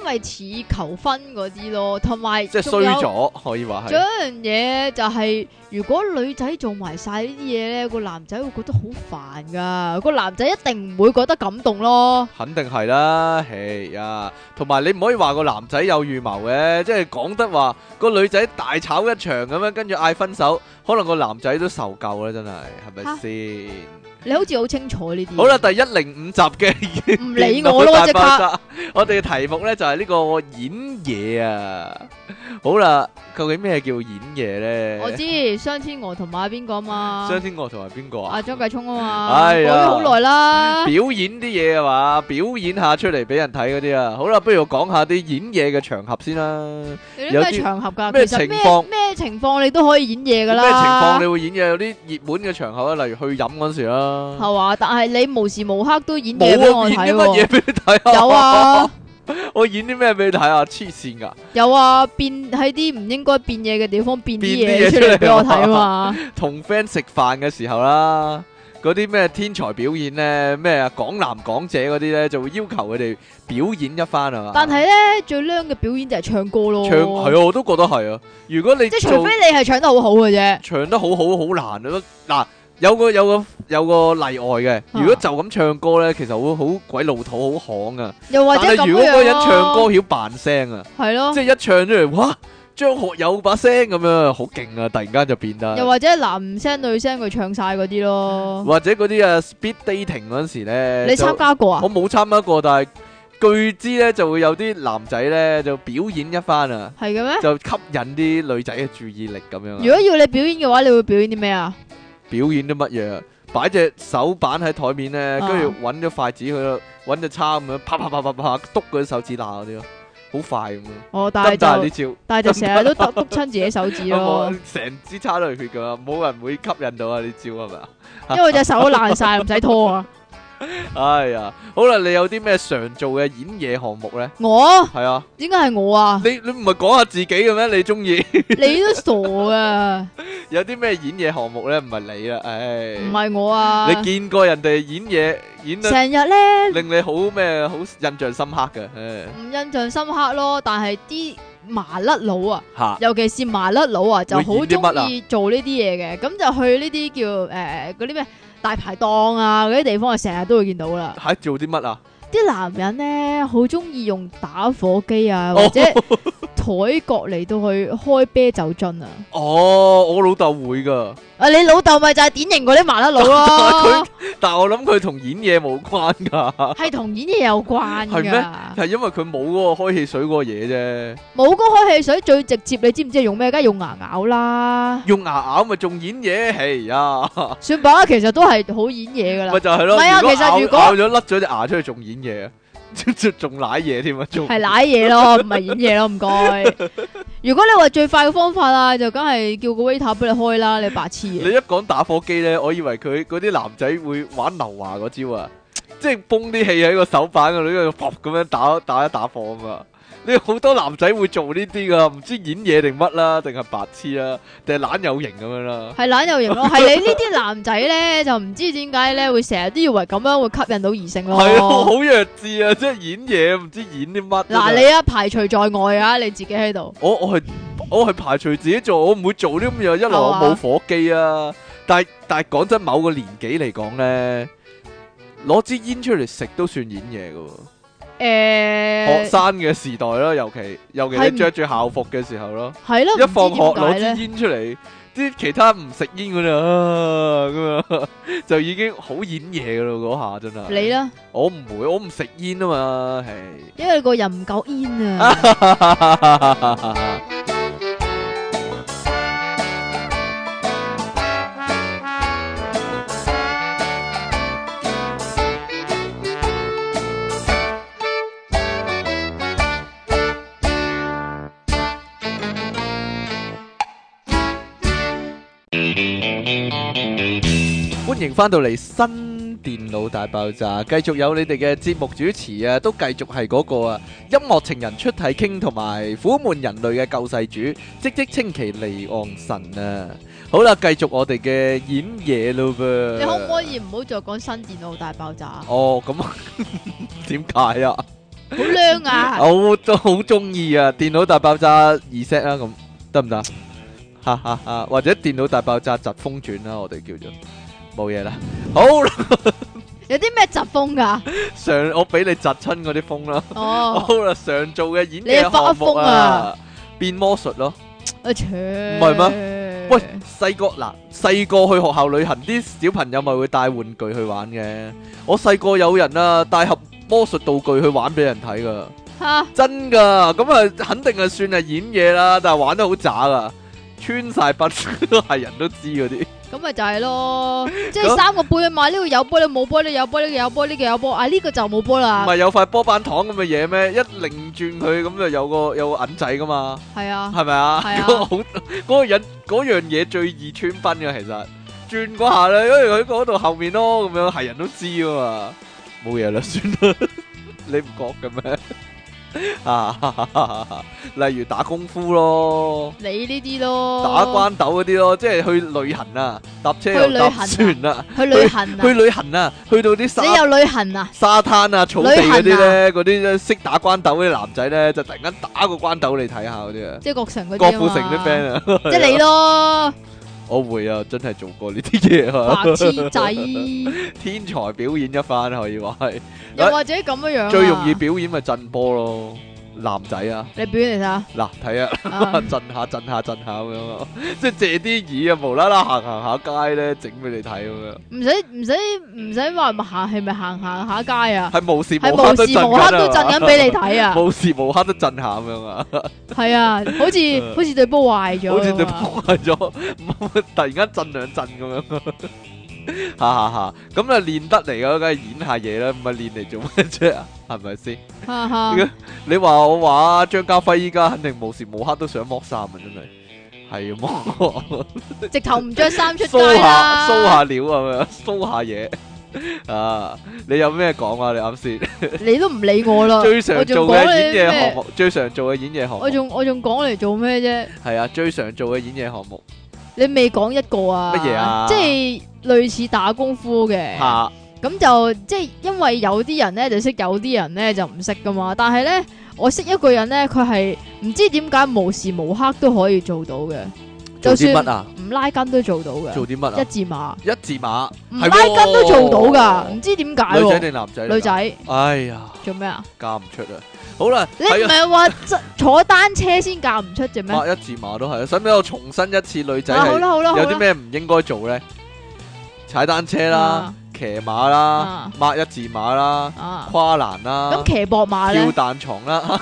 因為似求婚嗰啲咯，同埋
即係
仲
衰
有
咗，可以話
仲有
係。
一樣嘢就係、如果女仔做埋晒呢啲嘢咧，個男仔會覺得好煩噶，個男仔一定唔會覺得感動咯。
肯定係啦，係呀，同埋你唔可以話個男仔有預謀嘅，即係講得話個女仔大炒一場咁樣，跟住嗌分手，可能個男仔都受夠啦，真係係咪
嚇
先？
你好似好清楚呢啲嘢，
好啦，第一零五集嘅
唔理 我咯，即刻。
我哋嘅題目呢就係呢個演嘢啊。好啦，究竟咩叫演嘢呢？
我知雙天鵝同埋邊個啊嘛？
張天國同埋邊個啊
阿？張繼聰啊嘛，
哎
講
呀
咗好 耐啦。
表演啲嘢啊嘛，表演下出嚟俾人睇嗰啲啊。好啦，不如講下啲演嘢嘅場合先啦。
有
有
啲
啲
咩場合㗎？
咩
其實咩
情況
咩情況你都可以演嘢㗎
咩情
啦。
況你會演嘢？有啲熱門嘅場合啊，例如去飲嗰陣時啦。
係話，但係你無時無刻都演嘢俾
冇
我
啊，演
睇
啲乜
喎。
嘢俾你睇啊？
有，啊
我演啲咩俾你睇啊？黐線噶，
有啊，變喺啲唔應該變嘢嘅地方變啲
變啲嘢
嘢出嚟俾我睇
出嚟啊
嘛。
同 friend 食飯嘅時候啦，嗰啲咩天才表演咧，咩啊港男港姐嗰啲咧，就會要求佢哋表演一番啊嘛。
但係咧，最靚嘅表演就係唱歌咯。
唱係啊，我都覺得係啊。如果你
即係
做
除非你係唱得好好嘅啫。
唱得好好好難啊！嗱，有個有個有個例外嘅，如果就咁唱歌咧，其實會好鬼老土，好行啊！
又或
但
者咁
係如果嗰個
樣
人唱歌
咯，哦
曉扮聲啊，
係咯
即。係一唱出嚟，哇！張學友把聲咁樣好勁啊！突然間就變
又
得，
或者男聲女聲佢唱晒嗰啲咯。
或者嗰啲啊 speed dating 嗰陣時咧，
你
就
參加過啊？
我冇參加過，但係據知咧就會有啲男仔咧就表演一番 啊，
係嘅咩？
就吸引啲女仔嘅注意力咁樣
如
啊。
果要你表演嘅話，你會表演啲咩啊？
表演啲乜嘢啊？擺隻手板喺台面咧，
啊
跟住揾咗筷子去咯，揾隻叉咁樣，啪啪啪啪啪，篤嗰啲手指罅嗰啲咯，好快咁樣。
哦，但
得
係
唔得啊呢
就
招？
但係就成日 都篤篤親自己手指咯
我，成支叉都係血噶，冇人會吸引到啊！呢招係咪啊？
因為隻手爛晒，唔使拖 啊。
哎呀，好啦，你有啲咩常做嘅演嘢項目咧？
我
係啊，
點解係我 啊？
你你唔係講下自己嘅咩？你 中意
你都傻噶，
有啲咩演嘢項目咧？唔係你啦，唉，
唔係我啊。
你見過人哋演嘢演得
成日咧
令你好咩好印象深刻嘅？唉，
唔印象深刻咯，但係啲麻甩佬啊，
嚇
尤其是麻甩佬啊，就好
會演啲乜啊
中意做呢啲嘢嘅，咁就去呢啲叫誒嗰啲咩大排檔啊嗰啲地方，我成日都會見到啦。
嚇做啲乜啊？
啲男人咧好中意用打火機啊，或者台角嚟到去開啤酒樽啊。
哦，我老豆會噶，
啊，你老豆咪就係典型嗰啲麻甩佬
但係
咯，
但我諗佢同演嘢冇關㗎，
係同演嘢有關
係咩
㗎。
係因為佢冇嗰個開汽水嗰個嘢啫。
冇嗰開汽水最直接，你知唔知係用咩？梗係用牙咬啦。
用牙咬咪仲演嘢，係呀，
算吧，其實都係好演嘢
咪
噶啦，
就係咯。
唔係啊
如果
其實
咬
如果
咬咗甩咗隻牙出去，仲演嘢啊，仲仲舐嘢添啊，仲
係舐嘢咯，唔係演嘢咯，唔該。如果你話最快嘅方法啦，就梗係叫個 waiter 俾你開啦，你白痴啊
你
嘅。
一講打火機咧，我以為佢嗰啲男仔會玩劉華嗰招啊，即係崩啲氣喺個手板嗰度，跟住噗咁樣打打一打火啊嘛。你好多男仔會做呢啲噶，唔知演嘢定乜啦，定係白痴啦，定係懶有型咁樣啦。
係懶又 型咯，係你呢啲男仔咧就唔知點解咧會成日都以為咁樣會吸引到異性
係啊，好
咯。
弱智啊！即係演嘢，唔知演啲乜。
嗱，你啊排除在外啊，你自己 喺度。
我我係我係排除自己做，我唔會做呢咁樣。一來我
哦
冇火機啊，但係但係講真，某個年紀嚟講咧，攞支煙出嚟食都算演嘢噶。學
誒，
生嘅時代咯，尤其尤其
係
你
唔
着住校服嘅時候咯，
係咯，
一放學
唔
攞
知點解咧
支煙出啊嚟，啲其他唔食煙嗰啲啊咁啊，就已經好演嘢噶咯，嗰下真係。
你啦，
我唔會，我唔食煙啊嘛，係。
因為個人唔夠煙啊。
欢迎翻到嚟新電腦大爆炸，繼續有你哋嘅節目主持啊，都繼續係嗰個啊，音樂情人出體傾同埋苦悶人類嘅救世主，即即稱其離岸神啊！好啦，繼續我哋嘅演嘢咯噃。
你可唔可以唔好再講新電腦大爆炸啊？
哦，咁 點解啊？
好靚啊！
我都 好中意啊！電腦大爆炸二 set 啦，咁得唔得？哈哈哈！或者電腦大爆炸疾風傳啦，我哋叫做冇嘢啦。好啦，
有啲咩疾風噶？
上我俾你窒親嗰啲風啦。
哦，
好啦，常做嘅演
你係
嘢
發
項
一
目
瘋
啊
啊，
變魔術咯。
我啊切，唔
係
咩
喂，細個嗱，細個去學校旅行，啲小朋友咪會帶玩具去玩嘅。我細個有人啊，帶盒魔術道具去玩俾人睇噶，
吓，
真噶。咁啊，肯定係算係演嘢啦，但係玩得好渣噶，穿晒筆 係人都知嗰啲。
咁咪就係咯，即
咁
係三個杯啊嘛，呢個有波，呢個冇波，呢個有波，呢個有波，呢個有波，啊呢個就冇波
唔
啦，
係有塊波板糖咁嘅嘢咩？一擰轉佢咁就有個有個銀仔噶嘛。
係啊，
係咪啊？
係啊
嗰個好嗰個人嗰樣嘢最易穿分嘅，其實轉嗰下咧，因為佢嗰度後面咯，咁樣係人都知噶嘛，冇嘢啦， 算啦，你唔覺嘅咩？ 啊，例如打功夫咯，
你呢啲咯，
打關鬥嗰啲咯，即係去旅行啊，搭車
去
又
旅
搭
行啊
船啊，
去旅行
去
啊，
旅行啊，去到啲沙
你有旅行啊，
沙灘啊、草地嗰啲
旅行
咧，嗰啲識打關鬥嗰啲男仔咧，就突然間打個關鬥你睇下嗰啲啊，
即係郭城嗰啲
郭
啊嘛
富城啲 friend 啊。
即係 你咯，
我會啊，真係做過呢啲嘢啊，
白痴 仔，
天才表演一番可以話係，
又或者咁樣樣啊，
最容易表演咪震波咯，男仔啊，
你表演嚟睇下
嗱睇啊，，
啊
震下震下震下咁樣啊，即係借啲椅啊，無啦啦行行下街咧，整俾你睇咁樣，
唔使唔使唔使話咪行，係咪行行下街啊？
係無時
係
無刻
無
都
時
震
無刻都震
緊啊
緊俾你睇啊！
無時無刻都震下咁樣啊，
係啊，好似好似對波壞咗咁啊，
好似對破壞咗， 突然間震兩震咁樣。 哈哈哈！咁啊練得嚟噶，梗係演下嘢啦，唔係練嚟做咩啫？係咪先？
哈 哈
你話我話張家輝依家肯定無時無刻都想剝衫啊！真係係咁剝，
直頭唔着衫 出街
梳
啊
下
啦，
梳下料啊咁樣， 梳下嘢啊！你有咩講啊？你啱先
你都唔理我啦。
最常
啊我仲
做嘅
講你
演嘢項
咩
目，最常做嘅演嘢項
我
目
仲我仲講嚟做咩啫？
係啊，最常做嘅演嘢項目
你未講一個啊？
乜嘢啊
即係類似打功夫嘅。
下
咁就即係因為有啲人咧就識，有啲人咧就唔識噶嘛。但係咧，我識一個人咧，佢係唔知點解無時無刻都可以做到嘅，
做
就
啲乜
算
啊？
唔拉筋都做到
做
嘅，
啲乜啊
一？字馬
一字馬
唔
係
拉筋都做到噶，
喎
唔知點解
女仔
喎。
定男仔？
女。仔
哎呀，
做咩啊？
嫁唔出啊！好啦，
你
係
唔
啊，
係話即坐單車先嫁唔出啫咩？
畫一字馬都係啊。使唔使我重申一次女仔
啊好
係
啦好啦好
有啲
啦，
咩唔應該做咧？踩單車啦
啊，
騎馬啦
啊，
抹一字馬啦，
啊，
跨欄啦
咁，騎膊馬
跳
咧，
彈床啦，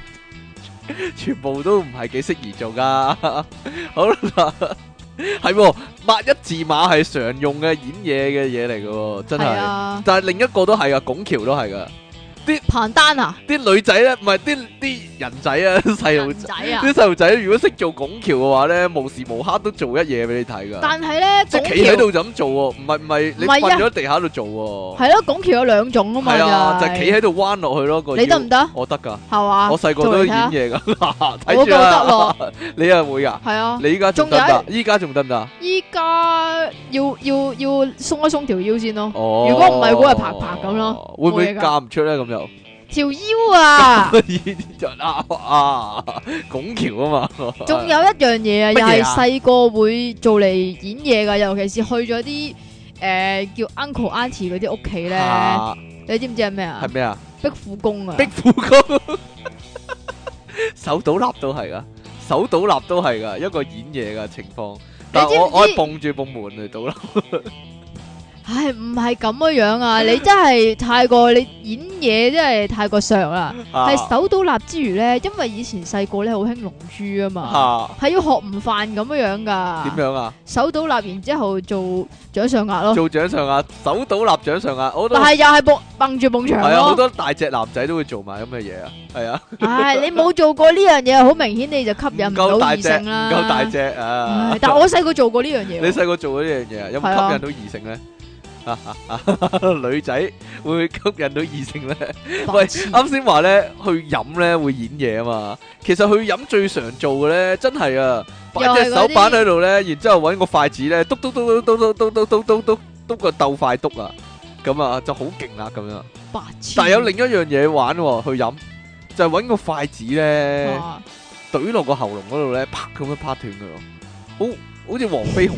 全部都唔係幾適宜做噶。 好啦，係喎，抹一字馬係常用嘅演嘢嘅嘢嚟嘅喎，真
係
係。
啊，
但係另一個都係啊，拱橋都係噶。
彭丹啊，
啲女仔咧，唔係啲啲人仔啊，細路
人
仔。
仔啊。
啲細路仔如果識做拱橋嘅話咧，無時無刻都做一嘢俾你睇噶。
但係咧，
即
拱
係企喺
橋
度就咁做喎，唔係唔係你
唔係
瞓
啊
咗喺地下度做喎。
係咯，拱橋有兩種啊嘛，
係啊，就
就
係企喺度彎落去咯個腰。
你得唔得？
我得㗎，
係嘛？
我細個
做
都
嚟睇下
演嘢㗎， 睇
我
住
覺得
啦
咯。
你又會㗎？
係啊，
你依家仲得唔
仲有
得？依家仲得唔得啊？
依家要要要鬆一鬆條腰先咯，
哦，
如果唔係嗰日拍拍咁咯
會唔會
冇嘢㗎
嫁唔出咧？咁又
條 腰啊，
就啊啊拱橋啊嘛，
仲有一樣嘢啊，
乜
又
嘢
係
啊
細個會做嚟演嘢噶，尤其是去咗啲誒叫 uncle auntie 嗰啲屋企咧，
啊
你知唔知係咩啊
係？咩啊？
壁虎功啊
壁，虎哥，手倒立都係噶，手倒立都係噶，一個演嘢嘅情況。但係
知唔
我我係
知
蹦住埲門嚟倒立，
唉，唔係咁嘅樣啊！你真係太過你演嘢真係太過上啦，係
啊
手倒立之餘咧，因為以前細個咧好興龍珠啊嘛，
啊
係要學唔飯咁樣樣
點
噶，
樣啊？
手倒立然之後做掌上壓咯，
做掌上壓，手倒立掌上壓，我都
但
係
係又係蹦蹦住蹦牆
啊，好
咯。
多大隻男仔都會做埋咁嘅嘢啊，係啊，
唉，你冇做過呢樣嘢，好明顯你就吸引唔
夠
到
大
異
隻，
性
唔
啦。
夠大隻
唉
啊！
但我細個做過呢樣 嘢
你
喎，
細個做咗呢樣嘢啊，有
係啊
冇吸引到異性咧？女仔會唔會吸引到異性咧？喂
白痴
啱先話咧，去飲咧會演嘢啊嘛。其實去飲最常做嘅咧，真係啊，擺
又係
隻
嗰
手
啲
板喺度咧，然之後揾個筷子咧，篤篤篤篤篤篤篤篤篤篤篤個鬥快篤啊，咁啊就好勁啦咁樣。
白痴。
但係有另一樣嘢玩喎，去飲就係揾個筷子咧，
啊
懟落個喉嚨嗰度咧，啪咁樣啪斷佢咯，好好似黃飛鴻，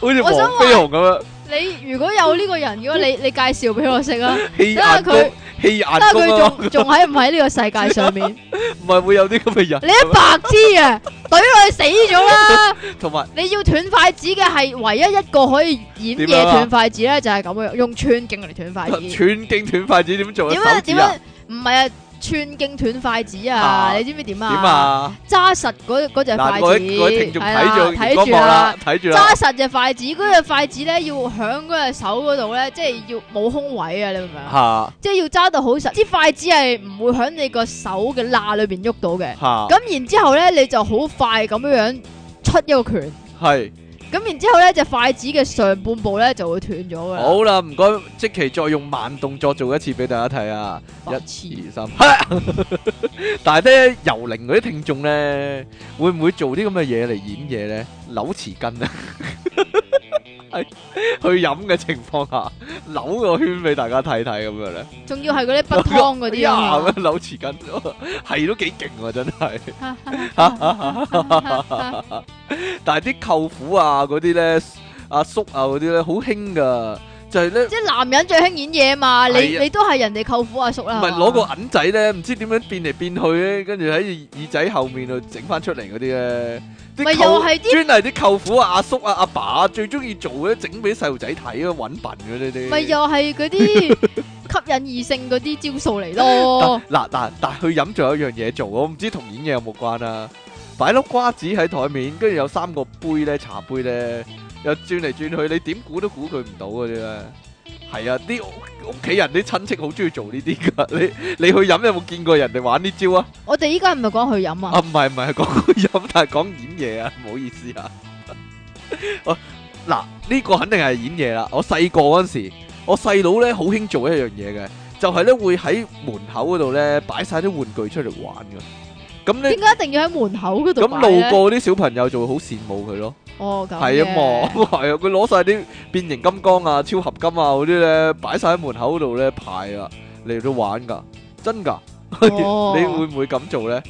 好似
我想
黃飛鴻咁樣。
你如果有呢個人嘅話，你你介紹俾我識 啊，
氣眼
因為
功，氣眼
睇下
功啊
佢，仲仲喺唔喺呢個世界 上面？
唔係會有啲咁嘅人，
你一白痴啊，懟落去死咗啊啦！
同埋
你要斷筷子嘅係唯一一個可以演
點
嘢
樣啊
斷筷子咧，就係咁樣用串勁嚟斷筷
串
子。
徑斷筷子點做啊？
點樣
手
點
指啊？
樣？唔係啊，串勁斷筷子
啊
啊！你知唔知點
點
啊？？
啊？
揸實嗰嗰隻筷
嗱，
子，
各位各位聽眾
係
睇
啦
住個熒
睇
光
住
幕啦
啦，，
睇住啦
揸，實隻筷子，嗰隻筷子咧要響嗰隻手嗰度咧，即係要冇空位啊！你明唔明啊？
嚇
即係要揸到好實，啲筷子係唔會響你個手嘅罅裏邊喐到嘅。
嚇，
咁然之後咧，你就好快咁樣樣出一個拳，
係
咁然之後咧，隻筷子嘅上半部咧就會斷咗㗎啦。
好啦，唔該，即期再用慢動作做一次俾大家睇啊！
白
一
痴
二三， 哈但係咧，游靈嗰啲聽眾咧，會唔會做啲咁嘅嘢嚟演嘢咧？扭匙 羹啊，係去飲嘅情況下，扭個圈俾大家睇睇咁樣咧。
仲要係嗰啲不湯嗰啲
哎呀
啊
咁樣扭匙羹，係都幾勁喎，真係。
嘛！
但係啲舅父啊嗰啲咧，阿叔啊嗰啲咧，好興噶，就係咧。
即系男人最興演嘢嘛，你
係啊
你都係人哋舅父阿叔啦，
唔係
係嘛
攞個銀仔咧，唔知點樣變嚟變去咧，跟住喺耳仔後面度整翻出嚟嗰啲咧，啲
咪
舅
又係啲
專係啲舅父啊、阿叔啊、阿爸啊最中意做咧，整俾細路仔睇啊，揾笨嘅呢啲。
咪又係 嗰啲吸引異性嗰啲招數嚟咯，
嗱嗱嗱，去飲仲有一樣嘢做，我唔知同演嘢有冇關啊。擺粒瓜子喺台面，跟住有三個杯咧，茶杯咧，又轉嚟轉去，你點估都估佢唔到嗰啲咧。係啊，啲屋屋企人啲親戚好中意做呢啲噶。你你去飲有冇見過人哋玩呢招啊？
我哋依家唔係講去飲
啊，
啊，
唔係唔係，講 飲，但係講演嘢啊，唔好意思啊。我嗱呢個肯定係演嘢啦。我細個嗰陣時，我細佬咧好興做一樣嘢嘅，就係咧會喺門口嗰度咧擺晒啲玩具出嚟玩嘅。咁咧
點解一定要喺門口嗰度
咁
擺
路
咧？
過啲小朋友就會好羨慕佢咯。
哦，咁
係啊 嘛，
嘅
係啊，佢攞晒啲變形金剛啊、超合金啊嗰啲咧，擺晒喺門口嗰度咧排啊嚟到玩㗎，真㗎。
哦
你會唔會咁做咧？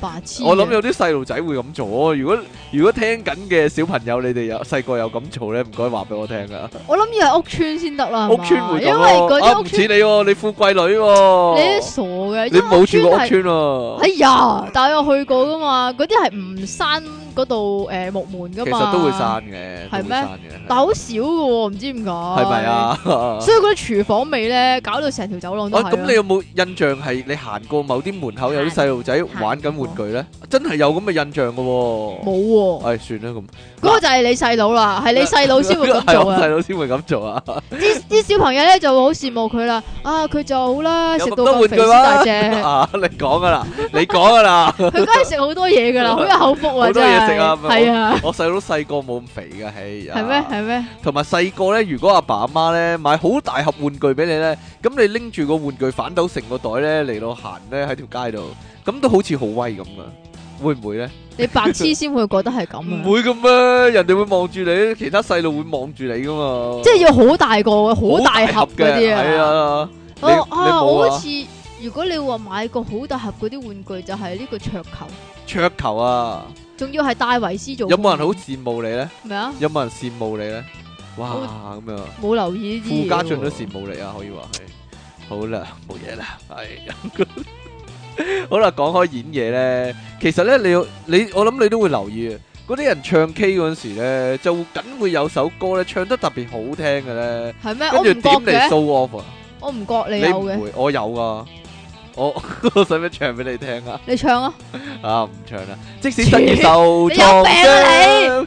白痴啊嘅，
我諗有啲細路仔會咁做，如果如果聽緊嘅小朋友，你哋有細個有咁做咧，唔該話俾我聽啊！
我諗要係屋村先得啦，係
屋
嘛
村會
因
咁
為嗰
咯，啊
啲
唔
屋
似
村
你喎，你富貴女
你
喎
都，傻嘅，
哦你
因為
冇住過屋
係
村喎
哎，呀，但係我去過噶嘛，嗰啲係唔閂嗰度誒木門
其
噶嘛，
實都會，生嘅，
係
都會
咩
生嘅，
但好少噶喎，唔知點解，
係
係
咪？啊？
所以嗰啲廚房味咧，搞到成條走廊都
啊
係
咁你
啊。
有冇印象係你行過某啲門口有啲細路仔玩緊玩具咧？真係有咁嘅印象嘅喎。
冇喎，
唉，算啦咁，
嗰個就係你細佬 啦，係你細佬先會咁做
係我細
啊！
佬先會咁做啊！
啲 啲小朋友咧就會好羨慕佢啦，啊佢就好啦，
有
食
咁
到
多
咁
玩具
肥先 大隻，
啊，你講噶啦，你講噶啦。
佢梗係食好多嘢噶啦，好有口福
好
啊
多
真
嘢食
係
啊，咪
係啊，
我細佬細個冇咁肥嘅，係
係咩係咩？
同埋細個咧，如果阿爸阿媽咧買好大盒玩具俾你咧，咁你拎住個玩具反斗成個袋咧嚟到行咧喺條街度，咁都好似好威咁噶，會唔會咧？
你白痴先會覺得係咁
唔
啊！
會咁咩？人哋會望住你，其他細路會望住你噶嘛。
即係要好大個嘅，好大盒嗰
嘅，
啲
係
啊！
啊，你
我
你冇啊
啊，我好似如果你話買個好大盒嗰啲玩具，就係呢個桌球，
桌球啊，
仲要係戴維斯做。
有冇人好羨慕你咧？
咩啊？
有冇人羨慕你咧？哇，咁樣啊！
冇留意呢啲
傅
嘢喎
家俊都羨慕你啊，可以話係。好啦，冇嘢啦，係。 好啦，講開演嘢咧，其實咧，你要你我諗你都會留意嘅，嗰啲人唱 K 嗰陣時咧，就梗會有首歌咧唱得特別好聽嘅咧，
係咩？
跟
我
住
唔
點
覺
嚟
嘅，
show off 啊！
我唔覺你
你
有
唔
嘅，
會，我有啊，我 我使唔使唱俾你聽啊？
你唱啊！
啊，唔唱啦，即使失意受
你有
創
病
傷，
啊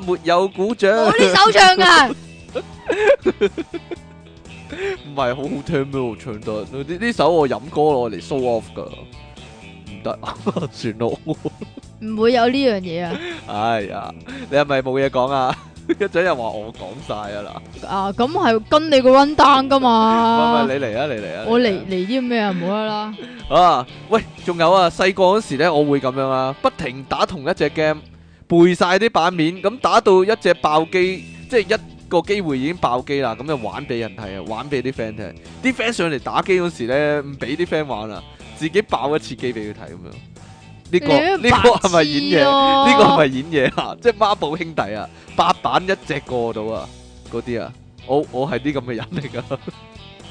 也沒有鼓掌。
我呢首唱噶，
唔係好好聽咩？我唱得呢呢首我飲歌攞嚟 show off 噶，唔得， 算咯。
唔會有呢樣嘢啊！
哎呀，你係咪冇嘢講啊？ 一陣又話我講晒啊
啊，咁係跟你個 run down 噶
嗱，唔係
嘛
唔？係你嚟啊，你嚟啊，
我嚟
你
嚟啲咩啊？唔好啦啦，
啊啊！喂，仲有啊，細個嗰時咧，我會咁樣啊，不停打同一隻 game，背晒啲版面，咁打到一隻爆機，即係一個機會已經爆機啦，咁就玩俾人睇啊，玩俾啲 friend 睇。啲 friend 上嚟打機嗰時咧，唔俾啲 friend 玩啊，自己爆一次機俾佢睇咁樣。呢、個
你
呢、個係咪演嘢？
嘢
呢個係咪演嘢啊？即 係孖寶兄弟啊，八板一隻過到啊，嗰啲啊，我我係啲咁嘅人嚟噶，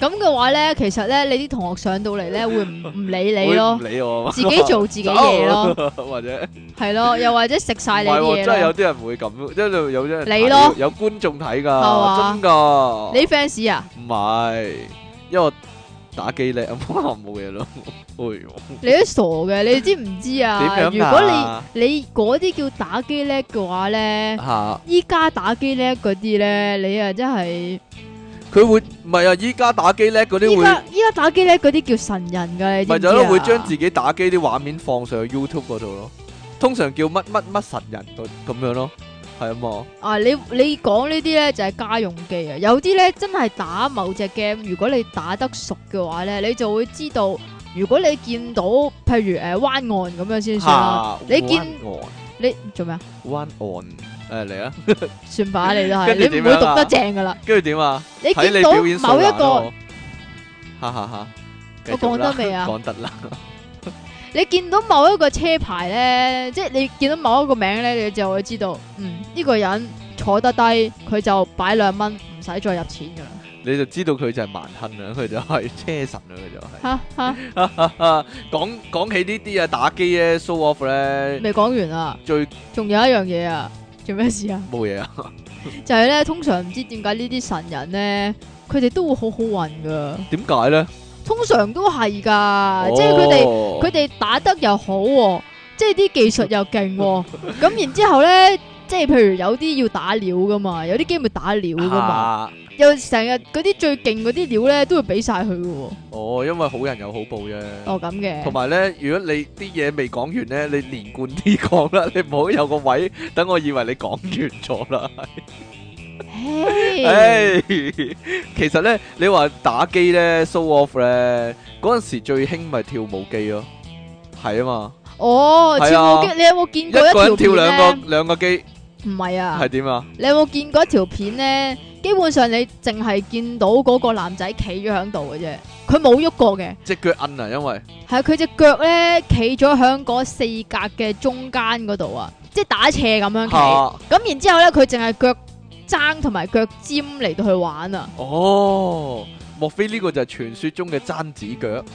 咁嘅話咧，其實咧，你啲同學上到嚟咧，會唔唔理你
我
咯
唔，理我啊
自己做自己嘢咯。
嘛， 或者
系咯，又或者食晒你
唔係
啲
喎
嘢
真係有
咯。
啲人會咁，真係有啲人
你
睇
咯
有觀眾睇
係
㗎，
嘛
真㗎。
你 fans 啊？
唔係，因為我打機叻啊，冇嘢咯。 哎呦，
你都傻嘅，你知唔知啊？
點
如
樣
果
啊？
你你嗰啲叫打機叻嘅話咧，
嚇！
依家打機叻嗰啲咧，你啊真係
佢會唔係啊？依家打機叻嗰啲
依
會。
家依家打機叻嗰啲叫神人噶，你知
咪
唔知
就係
啊？
咯，會將自己打機啲畫面放上去 YouTube 嗰度咯。通常叫乜乜乜神人嗰咁樣咯，係啊嘛。
啊，你你講呢啲咧就係家用機啊，有啲咧真係打某隻 game，如果你打得熟嘅話咧，你就會知道。如果你見到譬如誒、呃、灣岸咁樣先算啦，
嚇
你見
灣
你做咩啊？
岸灣岸誒嚟啊，
算吧，你都係
跟住
你唔
點
會
樣
讀
啊
得正噶啦。
跟住點啊？
你
睇
見
你
到
表演
某一
個
個，，
哈哈哈！繼
我
續
講
啦
得未啊？
講得啦，
你見到某一個車牌咧，即係你見到某一個名咧，你就會知道，嗯，呢、個人坐得低，佢就擺兩蚊，唔使再入錢噶啦。
你就知道佢就係蠻亨啦，佢就係車神啦，佢就係。
吓吓，
講講起呢啲啊，打機咧，show off 咧，
未講完啊，
最
仲有一樣嘢啊，做咩事啊？
冇嘢啊，
就係咧，通常唔知點解呢啲神人咧，佢哋都會好好運噶，
點解咧？
通常都係噶，即係佢哋。
哦
佢哋打得又好、喎，即係啲技術又勁、喎。咁然之後咧，即係譬如有啲要打料噶嘛，有啲 game 要打料噶嘛，
啊
又成日嗰啲最勁嗰啲料咧都會俾晒佢嘅喎。
哦，因為好人有好報啫。
哦咁
同
嘅，
埋咧，如果你啲嘢未講完咧，你連貫啲講啦，你唔好有個位等我以為你講完咗 啦。
嘿
唉，其實咧，你話打機咧，show off 咧，嗰陣時最興咪跳舞機咯，係啊嘛，
哦，
係
跳
啊
舞機你有冇見
一
過
個
一條
人跳
片
兩
咧？
個兩個機
唔係啊
係，點啊？
你有冇見過一條片咧？基本上你淨係見到嗰個男仔企咗喺度嘅啫，佢冇喐過嘅。
只腳摁啊，因為
系佢只腳咧企咗喺嗰四格嘅中間嗰度啊，即係打斜咁樣企。咁、
嚇
然之后咧，佢淨係腳踭同埋腳尖嚟到去玩啊。
哦，莫非呢個就係傳說中嘅爭子腳？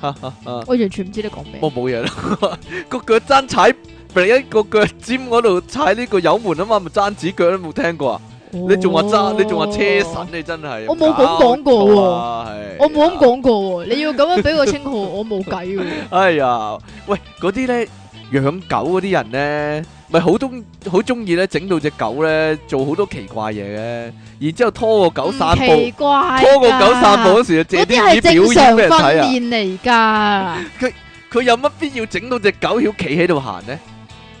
哈哈哈。
我完全唔知你講咩。
我冇嘢啦， 個腳踭踩，咪一個腳尖嗰度踩呢個油門啊嘛，咪踭指腳都冇聽過啊！你仲話
揸，
揸，你仲話車神，你真係
我冇咁講過喎
喎
我冇咁。講過喎，你要咁樣俾 個稱號，我冇計喎。
哎呀，喂，嗰啲咧養狗嗰啲人咧，咪好中好中意咧整到只狗咧做好多奇怪嘢嘅，然之後拖個狗散
唔奇
步，
怪㗎，
拖個狗散步嗰時就借
嗰啲
啲
係
嘢表
正
演
常
俾人睇
訓
啊！
練嚟㗎。
佢有乜必要整到只狗要企喺度行咧？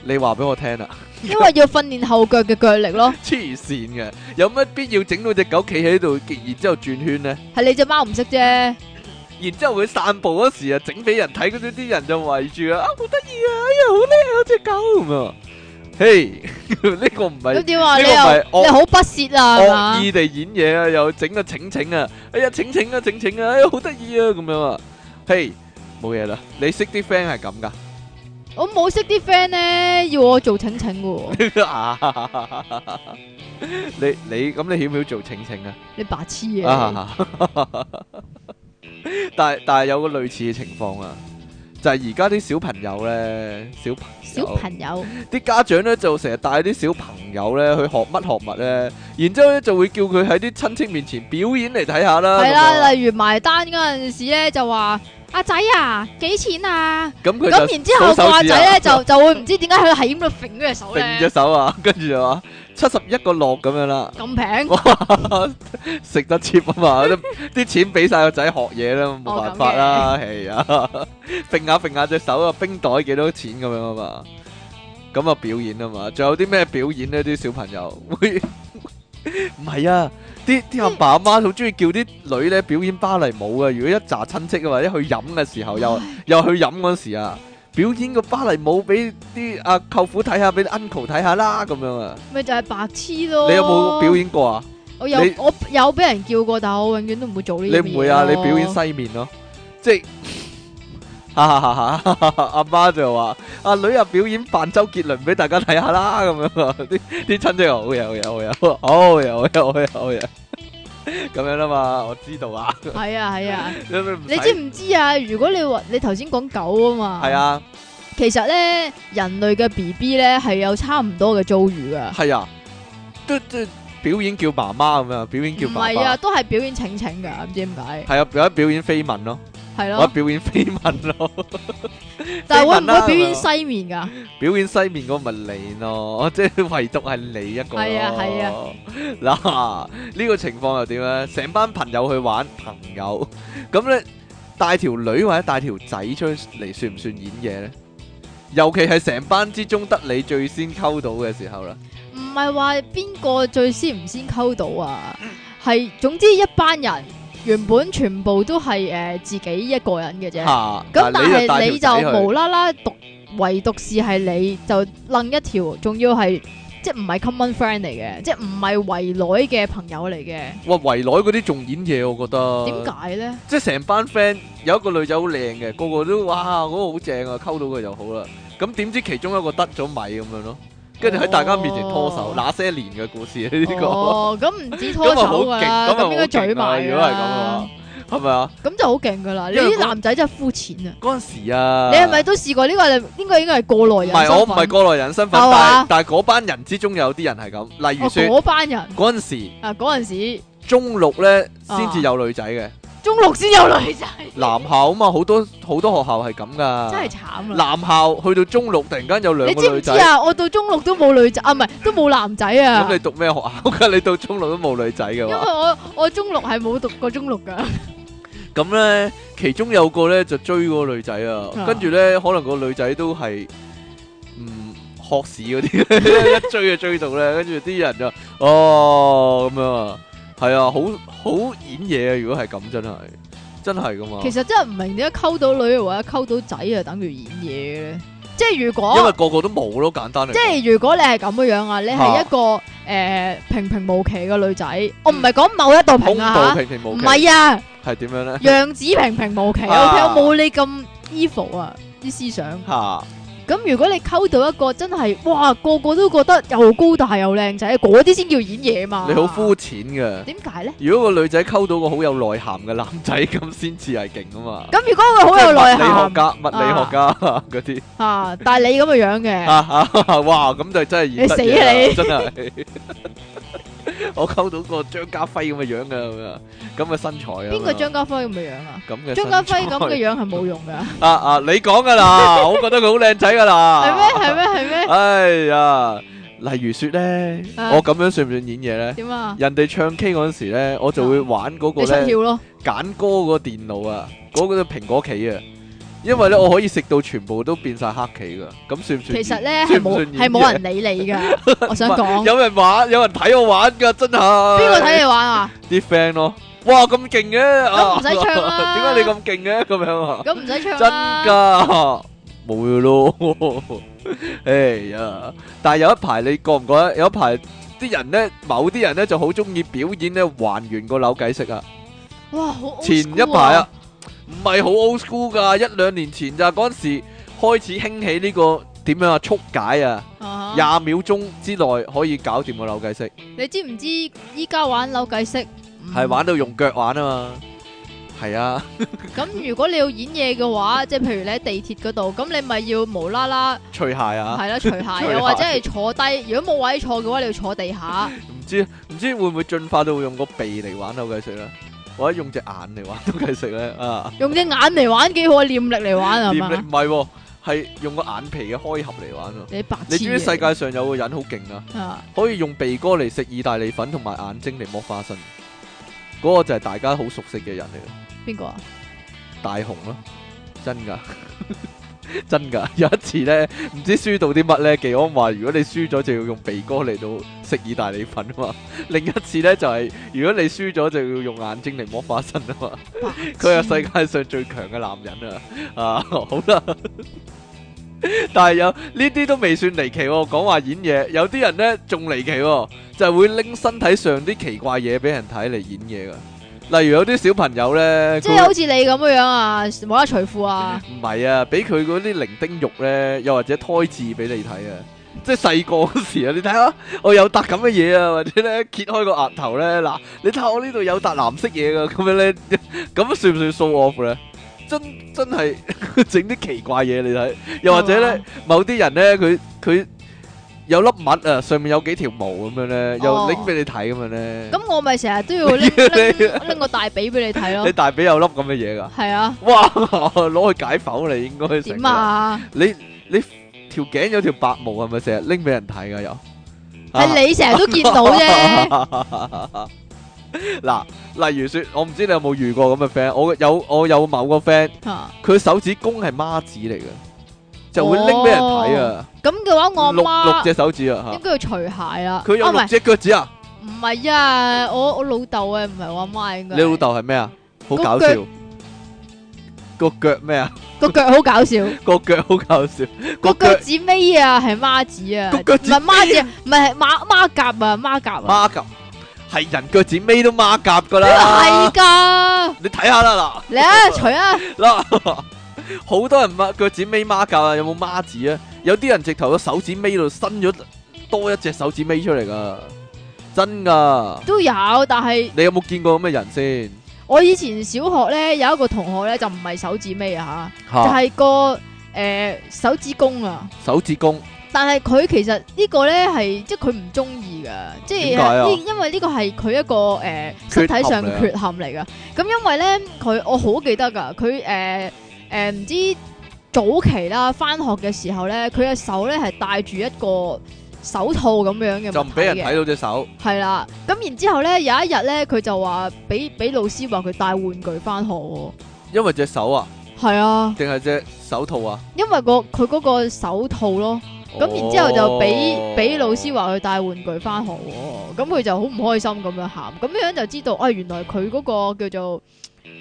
你話俾我聽 啊！
因為要訓練後腳嘅腳力咯。
黐線嘅，有乜必要整到只狗企喺度，然之後轉圈呢？
係你只貓唔識啫。
然之後佢散步嗰時啊，整俾人睇嗰啲啲人就圍住啊，啊好得意啊，哎呀好叻啊只狗咁啊！ 嘿，呢個唔
咁
係
點啊？
呢
你
個咪
又
惡
你好不屑啊？係嘛
惡意地演嘢啊，又整個請請啊，哎呀請請啊請請啊，哎呀好得意啊咁樣啊！嘿，冇嘢啦，你識啲 friend 係咁
我冇識啲 friend 咧，要我做請請 嘅喎，
噶？你你咁你曉唔曉做請請啊？
你白痴嘅，
啊！ 但係但係有個類似嘅情況啊，就係而家啲小朋友咧，小朋友
小朋友
啲家長咧就成日帶啲小朋友咧去學乜學物咧，然之後咧就會叫佢喺啲親戚面前表演嚟睇下啦。
係
咁
啦，
啊
例如埋單嗰陣時咧就話阿仔啊幾錢啊，
咁佢
咁
就
然之後個阿
數手指啊
仔 咧就就會唔知點解佢係咁度揈嗰隻手
定隻
咧，
手啊，跟住就話七十一個落咁樣啦，
咁平
哇食得 cheap 啊嘛，啲啲錢俾晒個仔學嘢啦，冇辦法啦，係啊，揈下揈下隻手啊，冰袋幾多錢咁樣啊嘛，咁啊表演啊嘛，仲有啲咩表演呢？啲小朋友會 唔係啊？啲啲阿爸阿媽好中意叫啲女咧表演芭蕾舞啊！如果一紮親戚啊或者去飲嘅時候，又又去飲嗰時啊，表演個芭蕾舞俾啲阿舅父睇下，俾啲 uncle 睇下啦咁樣啊！
咪就係白痴咯。
你有冇表？演過啊？
我有
你
我有俾人叫過，但係我永遠都唔會做呢啲嘢咯。
你唔會啊？你表演西面咯，即係哈哈哈哈！阿媽就話：阿女啊，表演扮周杰倫俾大家睇下啦，咁樣 啊！啲啲親戚話好嘢，好嘢，好嘢，好嘢，好嘢，好嘢，好嘢，咁樣啦嘛，我知道啊，
係啊 係啊，
你你
你知唔知啊？如果你話你頭先講狗啊嘛，
係。啊，
其實咧，人類嘅 B B 咧係有差唔多嘅遭遇噶，
係啊，都都表演叫媽媽咁樣，表演叫
唔
爸
係啊，
爸，
都係表演請請噶，唔知點解，
係啊，有得表演飛吻咯，
係
有得
咯。
表演飛吻咯。
但係會
飛吻
唔
啦
會表演西面噶？
表演西面嗰個咪你咯， 即係唯獨係你一個咯。
係啊係
啊。 嗱，呢個情況又點咧？成班朋友去玩朋友，咁咧帶條女或者帶條仔出嚟，算唔算演嘢咧？尤其係成班之中得你最先溝到嘅時候啦，
唔係話邊個最先唔先溝到啊？係總之一班人原本全部都係诶、呃自己一個人嘅啫
嚇、，
咁但
係
係你就無
啦，
啦啦獨唯獨是係你就楞一條，仲要係即係唔係 common friend 嚟嘅，即係唔係圍內嘅朋友嚟嘅，點
哇圍內嗰啲仲演嘢，我覺得。
解咧？
即係成班 friend 有一個女仔好靚嘅，個個都哇嗰、個好正啊，溝到佢就好啦。咁點知其中一個得咗米咁樣咯，跟住喺大家面前拖
哦
手，那些年嘅故事呢 個
哦，咁唔止拖手噶啦，
咁咪好勁咁咪好勁啊
咁應該嘴埋
如
噶
果係咁啊
啦，
係咪啊？
咁就好勁噶啦！你
因為
啲
嗰
男仔真係膚淺啊！
嗰陣時啊，
你係咪都試過呢個？你應該應該係過來
唔
人
係我唔係
身份
過來人身份，但
係嘛
係但係嗰班人之中有啲人係咁，例如
哦
說
嗰班人
嗰陣時
啊，嗰陣時
中六咧先至
啊
有女仔嘅，
中六先有女仔，
男校啊嘛，好多好多學校係咁噶，
真係慘啦！
男校去到中六突然間有兩
你
個
知唔
女
知
仔，
啊？我到中六都冇女仔啊，唔係都冇男仔啊
咁，你讀咩學校噶？你到中六都冇女仔嘅
因為
話，
我我中六係冇讀過中六噶，
咁咧其中有個咧就追嗰個女仔啊，
啊
跟住咧可能個女仔都係唔學士嗰啲， 一追就追到咧，跟住啲人就哦咁樣啊，係啊，好好演嘢啊！如果係咁真係真係噶嘛，
其實真係唔明點解溝到女或者溝到仔啊，等於演嘢嘅咧。即係如果
因為個個都冇咯，簡單嚟講，
即係如果你係咁嘅樣啊，你
嚇
係一個诶、呃平平無奇嘅女仔，我唔係講某一度
空
平
道
啊
平平
嚇，
無
唔
奇，
係啊，
係點 樣咧？
樣子平平無奇
啊
啊，OK，我冇你咁 evil 啊啲思想。
嚇！
咁如果你溝到一個真係，哇個個都覺得又高大又靚仔，嗰啲先叫演嘢嘛。
你好膚淺嘅。
點解咧？
如果個女仔溝到個好有內涵嘅男仔，咁先至係勁啊嘛！
咁如果佢好有內涵
物理學家、物理學家嗰啲，
啊，但係你咁嘅 樣嘅，
啊，哇！咁就真係演得
你死
嘢啦，
啊你
真係。 我溝到個張家輝咁嘅樣嘅咁啊，咁嘅身材啊，
邊個張家輝咁嘅樣啊？
咁嘅
張家輝咁嘅
嘅
樣係 冇用㗎，
啊啊！你講噶 啦，我覺得佢好靚仔噶啦，
係咩？係咩？係 咩？
哎呀，例如說咧，
啊
我咁樣算唔算演嘢咧？
點啊？
人哋唱 K 嗰陣時咧，我就會玩嗰個
你出
咧。
竅咯，
揀歌嗰個電腦啊，嗰、個蘋果棋啊，因為咧我可以食到全部都變晒黑棋噶，咁算唔算演？
其實咧係
算唔
冇
算
係
演
冇
嘢
人理 你㗎。我想講，
有人玩，有人睇我玩噶，真係。
邊
邊
個睇你玩啊？
你？啲 friend 咯，哇咁勁嘅，
咁唔使唱啦
啊 點解你咁勁嘅？咁樣啊？
咁唔使唱
真
啦。
噶，冇嘢咯。 哎呀，但係有一排你覺唔覺得有一排啲人咧，某啲人咧就好中意表演咧還原個扭計式啊？
哇，好 old
前一
school
排啊，，唔係好 old school 噶，一兩年前咋嗰陣時開始興起呢、個點樣啊速解啊，
啊
廿、秒鐘之內可以搞掂個扭計式，
你知唔知依家玩扭計式
嗯係、
嗯
玩到用腳玩啊嘛，係啊，
咁如果你要演嘢嘅話，即係譬如你喺地鐵嗰度，咁你咪要無啦啦
除鞋啊，
係啦 除
除
鞋，
鞋
又或者係坐低。如果冇位坐嘅話，你要坐地下。
唔知唔知會唔會進化到用個鼻嚟玩扭計式咧，或者用隻眼嚟玩扭計式咧 啊？
用隻眼嚟玩幾好啊，念力嚟玩係
念力
嘛
唔？係喎，係用個眼皮嘅開合嚟玩喎。
你白痴
你
嘅
知唔知世界上有個人好勁啊？
啊？
可以用鼻哥嚟食意大利粉同埋眼睛嚟剝花生，嗰、個就係大家好熟悉嘅人嚟嘅，
邊個啊？
大雄咯，真噶， 真噶。有一次呢，唔知輸到啲乜呢？技安話如果你輸咗就要用鼻哥嚟到食意大利粉啊嘛。另一次呢，就係、如果你輸咗就要用眼睛嚟剝花生啊嘛。佢係世界上最強嘅男人啊！啊， 好啦，但係有呢啲都未算離奇喎、講話演嘢，有啲人呢仲離奇喎、就係會拎身體上啲奇怪嘢俾人睇嚟演嘢噶。例如有啲小朋友呢，
即
佢
係好似你咁樣樣啊，冇得除褲 啊，
唔係啊，俾佢嗰啲零丁肉呢，又或者胎痣俾你睇啊！即係細個嗰時啊，你睇下我有笪咁嘅嘢啊， 或者呢揭開個額頭呢，嗱，你睇下我呢度有笪藍色嘢噶，咁樣呢， 咁算唔算 show off 呢？真真係 整啲奇怪嘢你睇，又或者
係
呢
嘛，
某啲人呢，佢佢有粒物啊，上面有幾條毛咁樣呢，又
哦
拎俾你睇咁樣呢。
咁我咪成日都要 拎拎拎個大髀俾你睇
你
咯。
大髀有粒咁嘅嘢噶，
係啊，
哇！ 攞去解剖你應該成
點
個
啊？
你你條頸有條白毛係咪成日拎俾人睇噶又？
係你成日都見到啫。
啊嗱，例如說，我唔知你有冇遇過咁嘅 friend，我有我有某個 friend，
嚇
佢手指公係孖指嚟嘅，就會拎俾人睇啊，
咁嘅話，哦我
六六
媽
隻手指啊
應該要除鞋啦。
嚇，佢有
啊唔
六
係
隻腳趾啊，
唔係啊，我我老豆啊，唔係我阿媽應該。
你老豆係咩啊？好
個
搞
腳
笑，個腳咩啊？
個腳好搞笑，
個腳好搞笑，
個
個
腳
腳
趾尾啊係孖子啊，
個
唔
腳趾
係孖子啊，唔係孖孖甲啊，孖甲
孖
啊，
甲，係人腳趾尾都孖甲噶啦
係，㗎。
你睇下啦嗱。
嚟啊，除啊，
嗱，好多人抹腳趾尾孖教啊，有冇孖子啊？有啲人直頭個手指尾度伸咗多一隻手指尾出嚟噶，真噶。
都有，但係
你有冇見過咁嘅人先？
我以前小學咧有一個同學咧就唔係手指尾啊吓，就
嚇
係個诶手指公啊。
手指公
但係佢其實呢個咧係即係佢唔中意噶，即係
點解啊
呢因為呢個係佢一個诶、呃、身
缺陷
體上
嚟啊
嘅缺陷嚟噶。咁因為咧佢我好記得噶，佢诶诶唔知早期啦，翻學嘅時候咧，佢嘅手咧係戴住一個手套咁樣嘅物體嘅，
就唔俾人睇到隻手，
係啦，咁然之後咧，有一日咧，佢就話俾俾老師話佢帶玩具翻學喎。
因為隻手啊，
係啊，
定係隻手套啊？
因為個佢嗰個手套咯，咁然之後就俾
哦
俾老師話佢帶玩具翻學喎，咁佢就好唔開心咁樣喊，咁樣就知道，啊原來佢嗰個叫做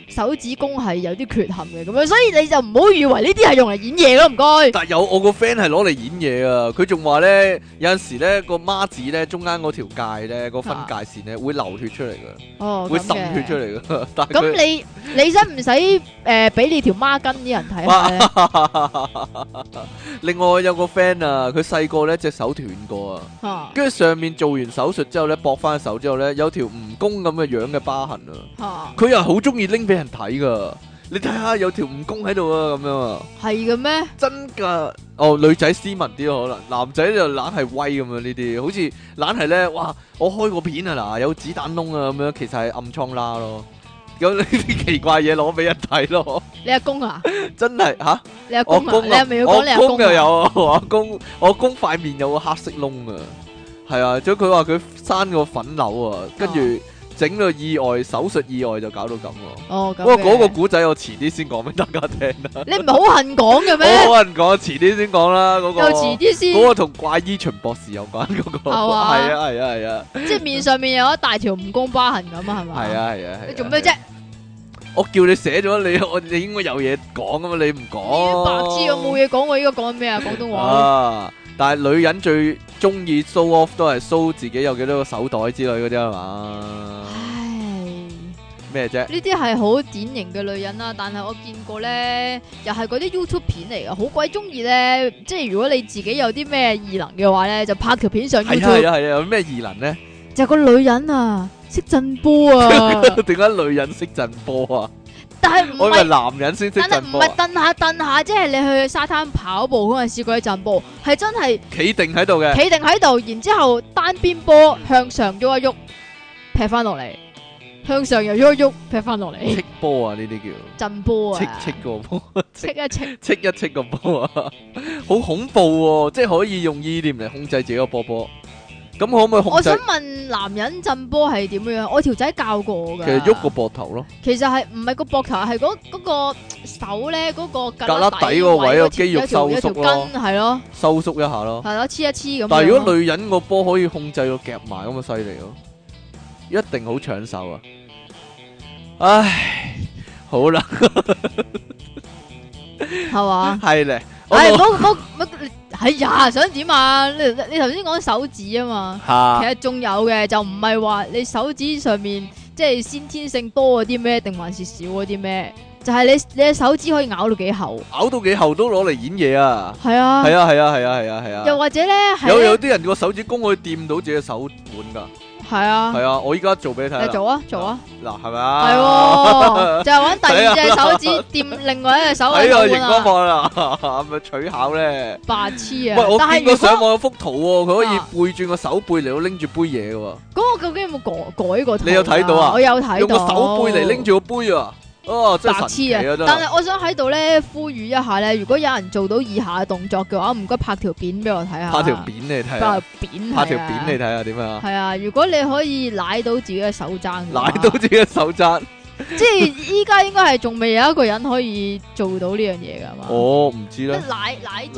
手指公係有啲缺陷嘅，咁樣，所以你就唔好以為呢啲係用嚟演嘢咯，唔該。
但有我個 friend 係攞嚟演嘢啊！佢仲話咧，有陣時咧個孖子咧中間嗰條界咧個分界線咧會流血出嚟噶，
啊哦，
會
咁
滲血
嘅
出。嚟噶。 但係
咁
佢
你你使唔使诶俾你條孖筋啲人睇下咧？
另外有個 friend 啊，佢細個咧隻手斷過啊，
嚇
跟住上面做完手術之後咧，駁翻手之後咧有條蜈蚣咁嘅樣嘅疤痕啊！
嚇
佢又好中意拎俾人睇噶，你睇下有條蜈蚣喺度啊咁樣啊！
係嘅咩？
真噶，哦，女仔斯文啲咯，可能男仔就懶係威咁樣呢啲，好似懶係咧，哇！我開個片啊嗱，有子彈窿啊咁樣，其實係暗瘡啦咯。咁呢啲奇怪嘢攞俾人睇咯，
你阿公啊？
真係吓、
你阿
我
公啊？
公
你係咪要講你
啊，
阿
我
公
公
啊
又有 啊，我公我公塊面有個黑色窿啊，係啊，所以佢話佢生個粉瘤啊，
哦
跟住整到意外手術意外就搞到咁咯。
哦，
不
咁
過
嘅
嗰個古仔我遲啲先講俾大家聽啦。
你唔係好恨講嘅
好
咩？
好人講，遲啲先講啦。嗰、個
又遲啲先，
嗰個同怪醫秦博士有關嗰、個，
係
係
嘛
啊係啊係啊
即係面上面有一大條蜈蚣疤痕咁啊，係
係
咪？
啊係啊係啊！
你做咩啫？？
我叫你寫咗你，我你應該有嘢講啊噶嘛，你唔
你啲
講。
白痴，我冇嘢講，我依家講咩啊？廣東話
啊！但係女人最中意 show off 都係 show 自己有幾多個手袋之類嗰啲係 嘛？
唉，
咩啫？
呢啲係好典型嘅女人啦，但係我見過咧，又係嗰啲 YouTube 片嚟嘅，好鬼中意咧。即係如果你自己有啲咩異能嘅話咧，就拍條片上
係啊係
YouTube，
啊係啊！有咩異能 咧？
就係個女人啊，識震 波啊，
點解女人識震波啊？
但係唔
我以
係
為男人先識
但係
震
唔
波
係
啊，
蹬下蹬下，即係你去沙灘跑步嗰陣試過一陣步，係真係
企定喺度 嘅。
企定喺度，然之後單邊波向上喐一喐，劈翻落嚟，向上又喐一喐，劈翻落嚟，
戚波啊！呢啲叫。
震波
戚
啊！
戚個波，
戚一戚，
戚一戚個波啊， 好恐怖喎、即係可以用意念嚟控制自己個波波。咁可唔可以控
我想
制？
問男人震波係點樣？我條仔教過我
其
㗎。
實喐個膊頭咯，
其實係唔係個膊頭，係嗰嗰個手咧，嗰個
格拉
格
底個位個
嗰條
肌肉
有條
收
有條
縮咯
筋係咯，
收縮一下咯。
係咯，黐一黐咁樣咯。
但係如果女人個波可以控制到夾埋咁啊，犀利咯，一定好搶手啊！唉，好啦，
係嘛？
係咧， 我
唉，唔
冇
好唔好唔好，哎呀，想點啊？你你頭先講手指啊嘛。其
嚇
實仲有嘅，就唔係話你手指上面即係先天性多嗰啲咩，定還是少嗰啲咩？就係你你嘅手指可以咬到幾厚，
咬到幾後都攞嚟演嘢啊！
係啊，
係啊係啊係啊係啊係
又
啊！
或者咧係
有有
咧
啲人個手指公可以掂到自己嘅手腕㗎，
係啊，
係啊！我依家做俾你睇啦
你。做啊做啊，
嗱，係咪啊？
係喎，就係揾第二隻手指掂另外一隻手
喺個
嘅
熒
手
光
腕 啊，
幕啦，係咪取巧咧？
白痴
喂，
啊！
我
但係
見過
如
上
果
網有幅圖喎，佢可
啊
以背轉個手背嚟到拎住杯嘢嘅喎，
咁我究竟有冇改改過圖？
你有睇到啊
我有睇到，
用個手背嚟拎。住個杯啊！哦，真係
白
神
痴
奇
啊
啊！！真
但
係
係我想喺度咧呼籲一下咧，如果有人做到以下嘅動作嘅話，唔該拍條片俾我睇下。
拍條片你睇
拍
下，
扁
拍啊條片你睇下點啊？
系啊，如果你可以舐到自己嘅手踭嘅話，
舐到自己嘅手 踭，
即係依家應該係仲未有一個人可以做到呢樣嘢噶嘛？
我唔知
即
啦
係，舐舐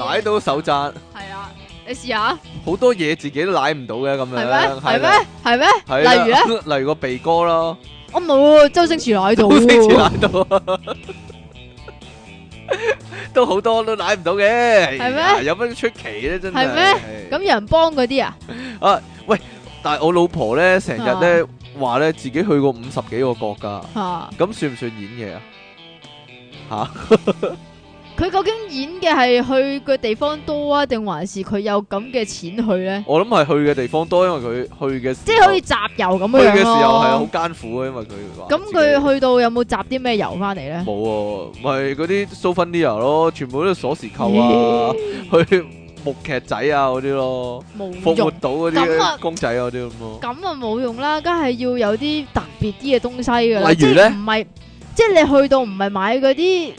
哦舐
到
到手踭，
係啊，你試下
好多嘢自己都舐唔到嘅咁樣，
係咩？
啦？
係咩？係咩？
啊係啊啦
例 如，
例如個鼻哥咯，
我冇，周星馳舐到
都識住
喎，
舐到 啊，都好多都舐唔到嘅，
係咩
哎呀有乜出奇咧？真係
係咩咁有人幫嗰啲啊？
但係我老婆咧，成日咧話咧自己去過五十幾個國家，
吓，
咁算唔算演嘢啊？
佢究竟演嘅係去嘅地方多啊，定還是佢有咁嘅錢去咧？
我諗係去嘅地方多，因為佢去嘅
即
即
係好似集郵咁
哦去
樣
嘅時候係好
咯。
艱苦嘅，因為佢話
咁
自己
佢去到有冇集啲咩郵翻嚟咧？
冇喎，咪嗰啲 souvenir 咯，全部都係鎖匙扣啊，去木劇仔啊嗰啲咯，
冇
復活
用，
島嗰
咁啊
啲公仔嗰啲咁咯。
咁啊冇用啦，梗係要有啲特別啲嘅東西噶啦。
例如
咧，
呢
唔係即係你去到唔係買嗰啲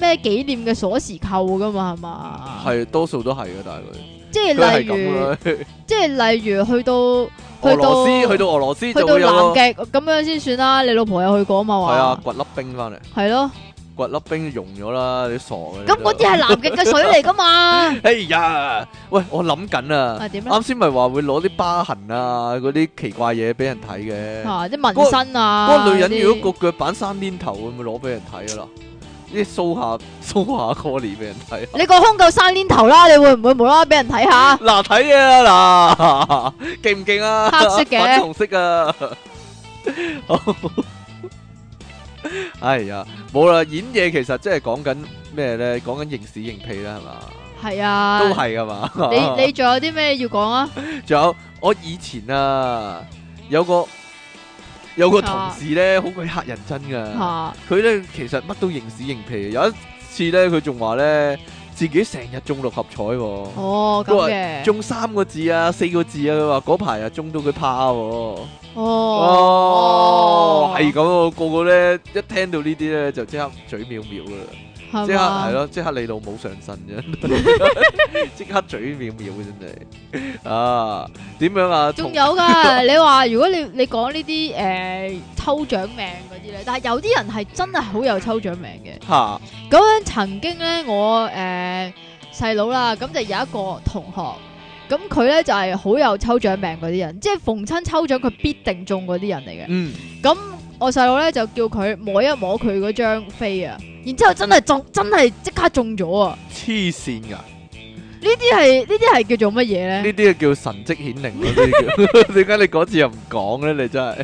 咩紀念嘅鎖匙扣噶嘛，係嘛？
係多數都係嘅，但係
即
佢佢
係
係
例如
咁。嘅。
即係例如去到
俄
去
羅斯
到
去到俄羅斯
去
就
到
會有咯，
南極咁樣先算啦。你老婆有去過啊嘛？
係啊
話，
掘粒冰翻嚟，
係咯。
掘粒冰溶咗啦，你傻嘅。
咁嗰啲係南極嘅水嚟 噶嘛？
哎呀，喂，我諗緊啊，
係點咧？
啱先咪話會攞啲疤痕啊，嗰啲奇怪嘢俾人睇嘅。
啊，啲紋身啊，
嗰個女人如
嗰啲
果個腳板生黏頭，會唔會攞俾人睇噶啦？啲掃下掃下 c o l l 俾人睇啊。
你個胸夠生鏈頭啦，你會唔會無啦啦俾 人睇下？
嗱睇嘢啦，嗱 勁唔勁啊？
黑色嘅
粉紅色啊！ 好，哎呀，冇啦！演嘢其實真係講緊咩咧？講緊認屎認屁啦，係嘛？
係啊，
都係噶嘛？
你你仲有啲咩要講啊？
仲有我以前啊，有個有個同事咧，好鬼黑人憎噶。
嚇
佢咧其實乜都認屎認屁。有一次咧，佢仲話咧自己成日中六合彩喎。
哦咁
都話
嘅，
中三個字啊，四個字啊，佢話嗰排啊中到佢怕喎。
哦
哦，係咁喎，個個咧一聽到呢啲咧就即刻嘴藐藐噶啦，
係
即刻
嘛
係，咯，即刻你老母上身 啫， 即刻嘴藐藐真係啊！點樣啊？
仲
同
有噶，你話如果你你講呢啲誒抽獎命嗰啲咧，但係有啲人係真係好有抽獎命嘅。
嚇
咁樣曾經咧，我誒細佬啦，咁就有一個同學，咁佢咧就係、好有抽獎命嗰啲人，即係逢親抽獎佢必定中嗰啲人嚟嘅。
嗯
咁我細佬咧就叫佢摸一摸佢嗰張飛啊，然之後真係中，真係即刻中咗啊！
黐線㗎，呢
嗯呢啲係呢啲係叫做乜嘢咧？
啲就叫神跡顯靈咯，呢啲叫 點解你嗰次又唔講咧？你真係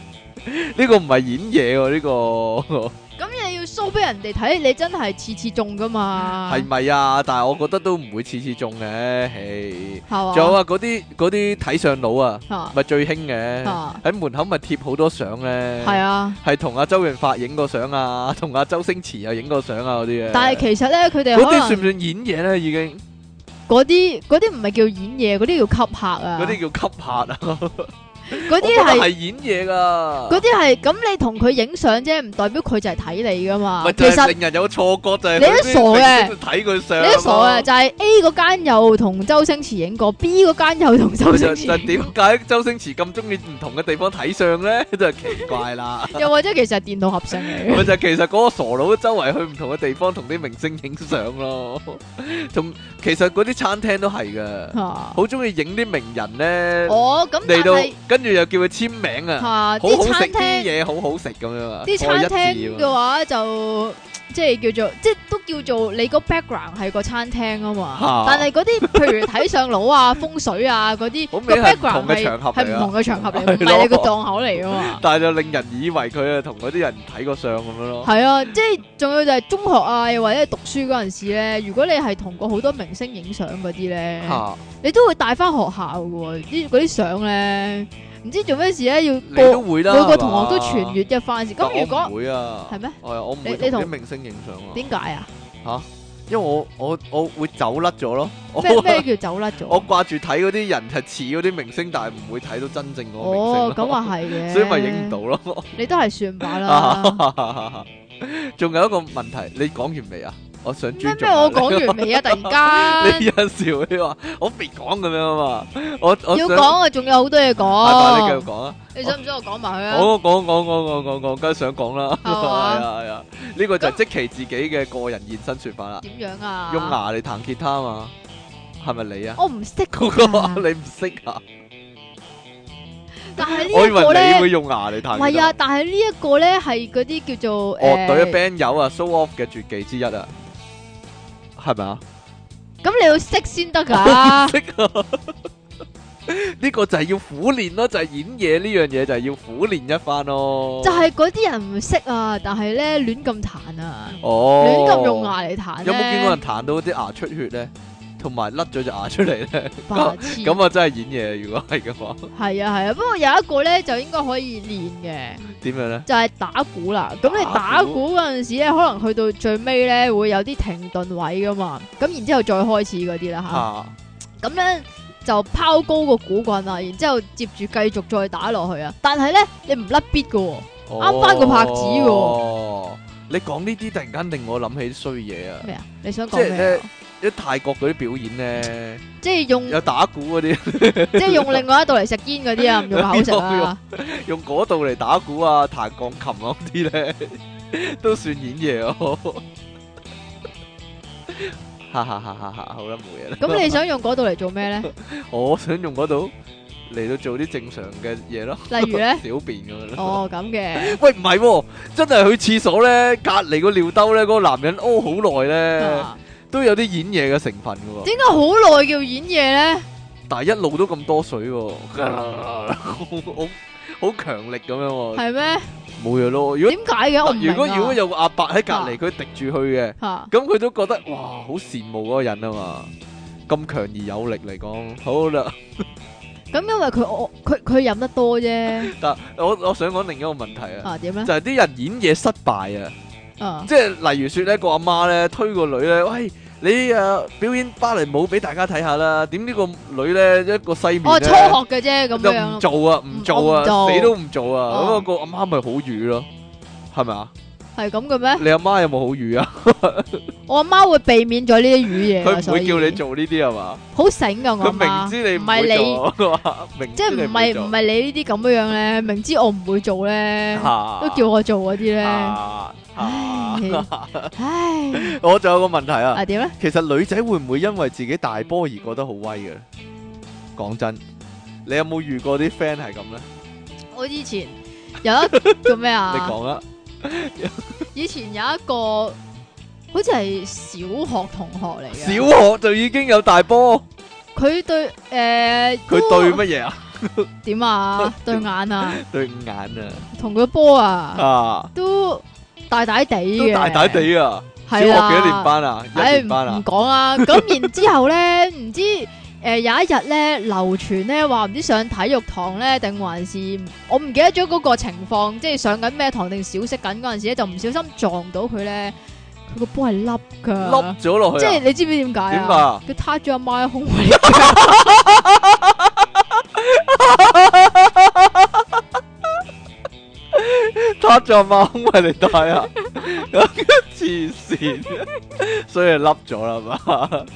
呢個唔係演嘢喎，呢個。
咁你要 show 俾人哋睇，你真係次次中噶嘛？
係咪啊？但係我覺得都唔會次次中嘅，嘿
係嘛？
仲有啊，嗰啲嗰啲睇相佬啊，
哦啊
咪最興嘅，
啊，
喺門口咪貼好多相咧，
係啊！
係同阿周潤發影過相啊， 同阿周星馳啊影過相啊嗰啲嘅。
但係其實咧，佢哋
嗰
可
啲
能
算唔算演嘢咧？已經
嗰啲嗰啲唔係叫演嘢，嗰啲叫吸客啊！
嗰啲叫吸客啊，
嗰啲
我覺得
係
係演嘢噶
嗰。啲係咁，你同佢影相啫，唔代表佢就係睇你噶嘛
咪。
啊其
就係
實
令人有錯覺就係
你都
佢啲
傻嘅
明星睇佢相啊
你
嘛，
都傻啊，就係 A 嗰間又同周星馳影過，B 嗰間又同周星
就就
馳影
點解周星馳咁中意唔同嘅地方睇相咧？ 真係奇怪啦。
過，又或者其實係電腦合成嚟 嘅。
咪就係其實嗰個傻佬周圍去唔同嘅地方同啲明星影相咯，同其實嗰啲餐廳都係嘅，
嚇
好中意影啲名人咧
啊哦，咁但
嚟
係
到，跟住又叫佢簽名啊，
嚇
好
啲
好食
餐
啲
廳
嘢好好食咁樣啊，
啲
菜
餐
一致
廳
咁
嘅
樣
話就。即係叫做，即係都叫做你個 background 係個餐廳啊嘛
嚇，
但係嗰啲譬如睇相佬啊、風水啊嗰啲，
好
個
明顯係唔同
background
嘅
係
場合嚟
係唔
啊
同嘅場合嚟，唔
係咯
係你個檔口嚟噶嘛。
但係就令人以為佢啊同嗰啲人睇過相咁樣咯，
系啊，即系仲有就系中學啊，又或者係讀書嗰阵时咧，如果你係同過好多明星影相嗰啲咧，
嚇
你都會帶翻學校嘅喎，啲嗰啲相咧，唔知做咩事咧要
你都
個
會啦，
每個
係
同學都
嘛
傳閱一番先。
但
咁如
我
果
唔會啊，
係咩？
係啊，我唔
你
會
你
同啲
同
明星影相啊，
點解啊？
因為我我我會走甩咗咯， 我
咩咩叫走甩
我
咗？
掛住睇嗰啲人係似嗰啲明星，但係唔會睇到真正嗰個明星
哦
咯，
咁啊係嘅，
所以咪影唔到。啊咯。
你都係算吧啦。啊
仲有一個問題，你講完未啊？我想
咩
尊重
咩？
下
我
你
講完未啊？突 然
你
間
有陣時會話我未講咁樣啊嘛，我我
要
想
講啊，仲有好多嘢
係咪你繼續
講。
講啊！
你想唔想我講埋佢啊？哦
我講講講講講講，梗係想講啦， 係
係嘛
啊係啊，呢個就係即其自己嘅個人現身説法啦。
點樣啊？
用牙嚟彈吉他啊嘛，係咪你啊？
我唔識
嗰個
㗎。
你唔識啊？
但係
我
呢
以
一個
為你
咧
會。用牙嚟哦彈
唔
吉
係
他
啊，。但係呢一個咧係嗰啲叫做
樂隊嘅
誒
band 友啊，show off 嘅絕技之一啊，係咪啊？
咁你要識先得㗎。
識啊！呢個就係要苦練咯，就係演嘢呢樣嘢就係要苦練一番咯。
就係嗰啲人唔識啊，但係咧亂咁彈啊，
哦，
亂咁用牙嚟彈
有冇見過人
人
彈到啲牙出血咧，同埋甩咗隻牙出嚟咧？
白 痴？
咁啊真係演嘢，如果係嘅話，
係啊係啊，不過有一個咧就應該可以練
點
嘅，
樣咧？
就係打鼓啦。咁你
打
打
鼓
鼓嗰陣時咧，可能去到最尾咧會有啲停頓位噶嘛，咁然之後再開始嗰啲啦吓。
啊，
咁咧就拋高個鼓棍啊，然之後接住繼續再打落去啊。但係咧你唔甩 beat 嘅喎，啱翻個拍子喎
喎。你講呢啲突然間令我諗起衰嘢啊！
咩啊？你想
即
講
係
咩
咧
啊？
啲泰國嗰啲表演咧，
即係用
有打鼓嗰啲，
即係用另外一度嚟食煙嗰啲啊，唔用口食 啊。
用嗰度嚟打鼓啊、彈鋼琴啊嗰啲咧， 都算演 嘢哦。哈哈哈！哈哈，好啦，冇嘢啦。
咁你想用嗰度嚟做 咩咧？
我想用嗰度嚟到做啲正常嘅嘢咯，，
例如咧
小便咁樣咯。
哦咁嘅，
喂，唔係喎，真係去廁所咧，隔離個尿兜咧，嗰個男人屙好耐咧，
啊
都有啲演嘢嘅成分嘅喎。
點解好耐叫演嘢咧？
但係一路都咁多水喎， 好好好強力咁樣喎，
啊係咩？
冇嘢咯。如果
點解嘅？我唔明啊
如
啊
果如果有個阿伯喺隔離，佢滴住去嘅，
嚇
咁佢都覺得哇，好羨慕嗰個人啊嘛，咁強而有力嚟講，好啦。
咁，因為佢我佢佢飲得多啫。
但我我想講另一個問題啊，
啊點咧？
就係啲人演嘢失敗啊。
啊
即係例如說咧，個阿媽咧推個女咧，喂你啊表演芭蕾舞俾大家睇下啦。點呢個女咧一個西面
哦初
咧
學嘅啫咁
就唔
樣。
做啊，唔做
嗯我
啊，
唔做
死都唔做啊。咁啊
哦
個阿媽咪好瘀咯，係咪啊？
係咁嘅咩？
你阿媽有冇好瘀啊？
我阿媽會避免咗呢啲語嘢啊，
佢唔
所
會
以
叫你做呢啲係嘛？
好醒噶
佢
我阿
明
媽，
知你
唔
係
係你，
你做，明
即係
知
唔
你會
係
做
唔係你呢啲咁樣樣咧，明知我唔會 做咧，
嚇
都叫我做嗰 啲咧。
嚇
唉
嚇
唉，
我仲有個問題啊
啊，點咧？
其實女仔會唔會因為自己大波而覺得好威嘅咧？講真，你有冇遇過啲 friend 係咁咧？
我以前 有一叫咩
你
啊？
講啦，
以前有一個好似係小學同學嚟
小
嘅，
學就已經有大波，
佢對诶
佢對乜嘢啊？
點 啊？對眼啊，
對眼啊，
同佢波啊，
啊，
都大大地
都
嘅，
大大地啊！小學幾
係啦，
多年班啊？一
唉，
年
唔
班啊
唔？講啦。咁然之後咧， 唔知誒有一日咧流傳咧話唔知上體育堂咧，定還是我唔記得咗嗰個情況，即係上緊咩堂定小息緊嗰陣時咧，就唔小心撞到佢咧，佢個波係凹
凹
㗎，
咗落去
即
啊，
係你知唔知點解
點
啊？
啊？
佢撻咗阿媽嘅胸圍，
撻咗阿媽胸為你戴啊！ 黐線，所以係凹咗啦嘛。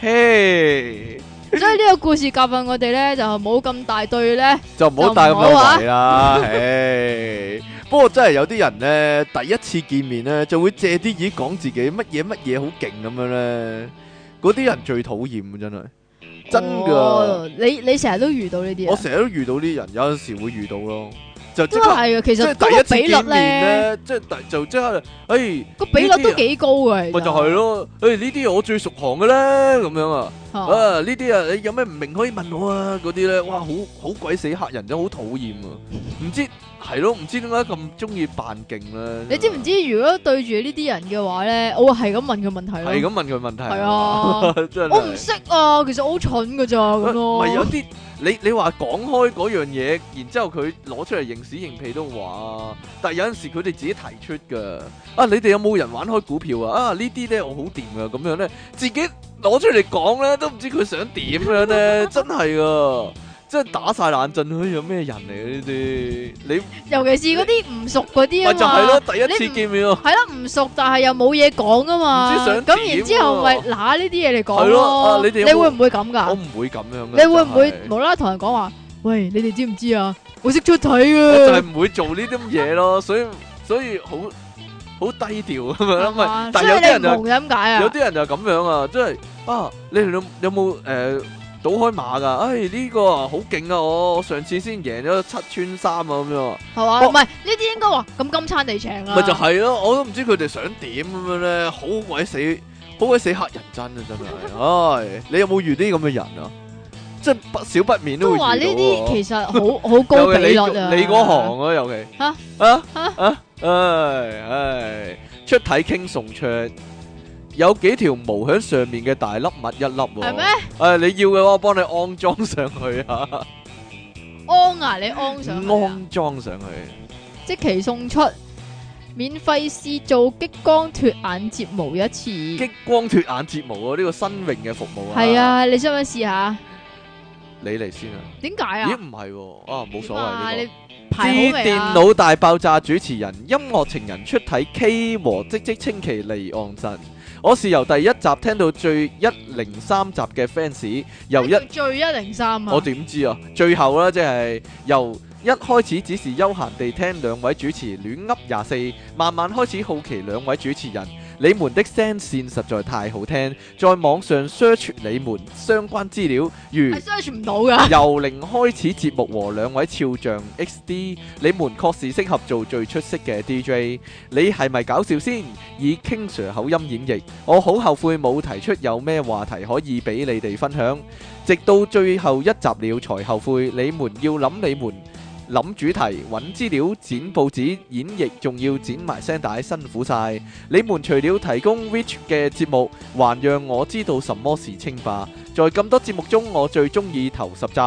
嘿，
所以呢個故事教訓我哋咧，就冇咁大對咧，
就唔好戴咁有
啊
圍啦。唉，不過真係有啲人咧，第一次見面咧，就會借啲嘢講自己乜嘢乜嘢好勁咁樣咧。嗰啲人最討厭真係，真㗎。
哦你你成日都遇到呢啲
我
啊，
成日都遇到啲人，有陣時會遇到咯，就即
都
刻
係嘅。其
即
實
係
嗰個
第
比
一次
率
見面
咧，
咧，即係第就即刻，誒
個比率
呢啲
都
啊
幾高嘅。
咪就係咯，誒呢啲我最熟行嘅咧，咁樣啊。
嚇，
啊！呢啲啊，你有咩唔明可以問我啊？嗰啲咧，哇，好好鬼死黑人，真係好討厭啊！唔知係咯，唔知點解咁中意扮勁咧？
你知唔知如果對住呢啲人嘅話咧，我會係咁問佢問
係
題咯。
咁問佢問題？
係啊，
真
我唔
係。
識啊，其實我好蠢噶咋咁
唔
咯。
係有啲你你話講開嗰樣嘢，然之後佢攞出嚟認屎認屁都話，但係有陣時佢哋自己提出㗎。啊，你哋有冇人玩開股票啊？啊，呢啲咧我好掂㗎，咁樣咧自己攞出嚟講咧，都唔知佢想點樣咧，真係㗎，真係打晒冷震，哎有咩人嚟嘅呢啲？你
尤其是嗰啲啊唔熟嗰啲
咪
啊
就係咯，
嘛。
第一次見面啊，
係啦，唔熟但係又冇嘢講噶
唔
嘛。
知想點
咁然之後咪
喎
拿呢啲嘢嚟
係
講
咯啊你哋有冇
你會唔會咁
我
㗎？
唔會咁樣嘅。
你會唔會
真係
無啦啦同人講話？喂，你哋知唔知啊？我識出體
我就
㗎。
係唔會做呢啲咁嘢咯，所以所以好好低調咁樣，
係
因為
嘛
但
啊所
係有
以
啲人
你
就
唔紅就咁解
有
啊？
啲人就咁樣啊，即係啊，你哋有有冇誒賭開馬㗎？唉，呢個啊好勁啊！我我上次先贏咗七穿三啊咁樣啊，
係嘛？
我
唔係呢啲應該話咁金餐地請啊。
咪就係咯，我都唔知佢哋想點咁樣咧，好鬼死好鬼死黑人憎啊！真係，唉，你有冇遇啲咁嘅人啊？即係不少不免都
都
會
話呢
遇到啊
啲
喎
其實好好高
尤其
比
你
率啊！
你嗰行啊，尤其
嚇
啊
嚇
啊唉唉，出體傾送出，有幾條毛喺上面嘅大粒物一粒喎。
係咩？
誒，你要嘅話，我幫你安裝上去啊，
安啊，你安上去啊！
安裝上去。
即期送出免費試做激光脱眼睫毛一次，
激光脱眼睫毛啊，呢個新穎嘅服務啊。
係，啊！你想唔想試下？
你嚟先啊。
點解啊
咦，？唔係喎，啊，冇所謂
點啊
呢個
你。排好未啊？
致電腦大爆炸主持人、音樂情人出體 K 和即即清奇離岸神。我是由第一集聽到最一零三集嘅 fans，由一
咩叫最一零哎三啊！
我點知啊？最後啦，即係由一開始只是休閒地聽兩位主持亂噏廿四，慢慢開始好奇兩位主持人，你們的聲線實在太好聽，在網上 search 你們相關資料，如
係 search 唔到噶。
由零開始節目和兩位肖像 XD，你們確是適合做最出色嘅 DJ。你係咪搞笑先？以 King Sir 口音演繹，我好後悔冇提出有咩話題可以俾你哋分享。直到最後一集了才後悔，你們要諗你們。諗主題、揾資料、剪報紙、演繹，仲要剪埋聲帶，辛苦晒。你們除了提供 Rich 嘅節目，還讓我知道什麼是清霸。在咁多節目中，我最中意頭十集，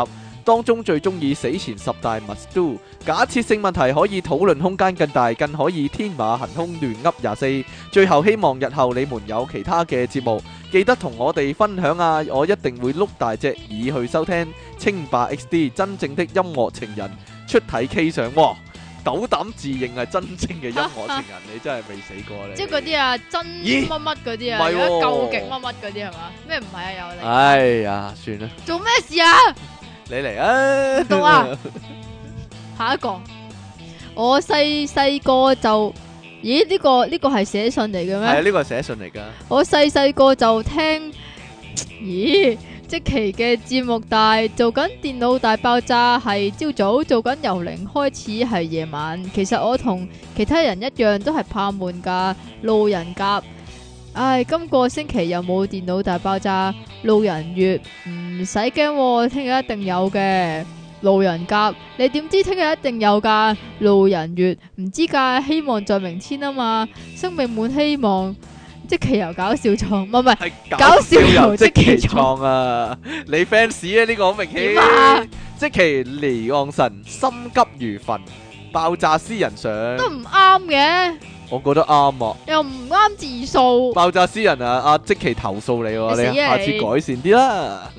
當中最中意死前十大 must do。假設性問題可以討論空間更大，更可以天馬行空亂噏廿四。最後希望日後你們有其他嘅節目，記得同我哋分享啊！我一定會碌大隻耳去收聽清霸 XD 真正的音樂情人出體 K 上喎。斗膽自認係真正嘅音樂情 人，你真係未死過你。
即係嗰啲啊，真乜
咦
乜嗰啲
唔
啊，
係
有
喎
啲究竟乜乜嗰啲係嘛？咩唔係啊？有你
哎呀，算啦，
做咩事啊？
你嚟啊！
到啊下一個，我細細個就，咦呢個呢個係寫信嚟嘅
係啊，
咩？
呢個係寫信嚟㗎。
我細細個就聽，咦即期嘅節目，但係做緊電腦大爆炸係朝早，做緊由零開始係夜晚。其實我同其他人一樣都係怕悶㗎，路人甲。唉，今個星期又冇電腦大爆炸，路人月唔使驚喎，聽日一定有嘅。路人甲，你點知聽日一定有㗎？路人月唔知㗎，希望在明天啊嘛，生命滿希望，即其又搞笑創，唔係唔係
係
搞笑
由
由
即
即
其
其
創啊！你 fans 啊，呢個好明顯
點啊。
即其離岸神心急如焚，爆炸私人相，
都唔啱嘅，
我覺得啱啊！
又唔啱字數。
爆炸私人啊，阿即其投訴你
你死
喎，
啊
你下次
你
改善啲啦。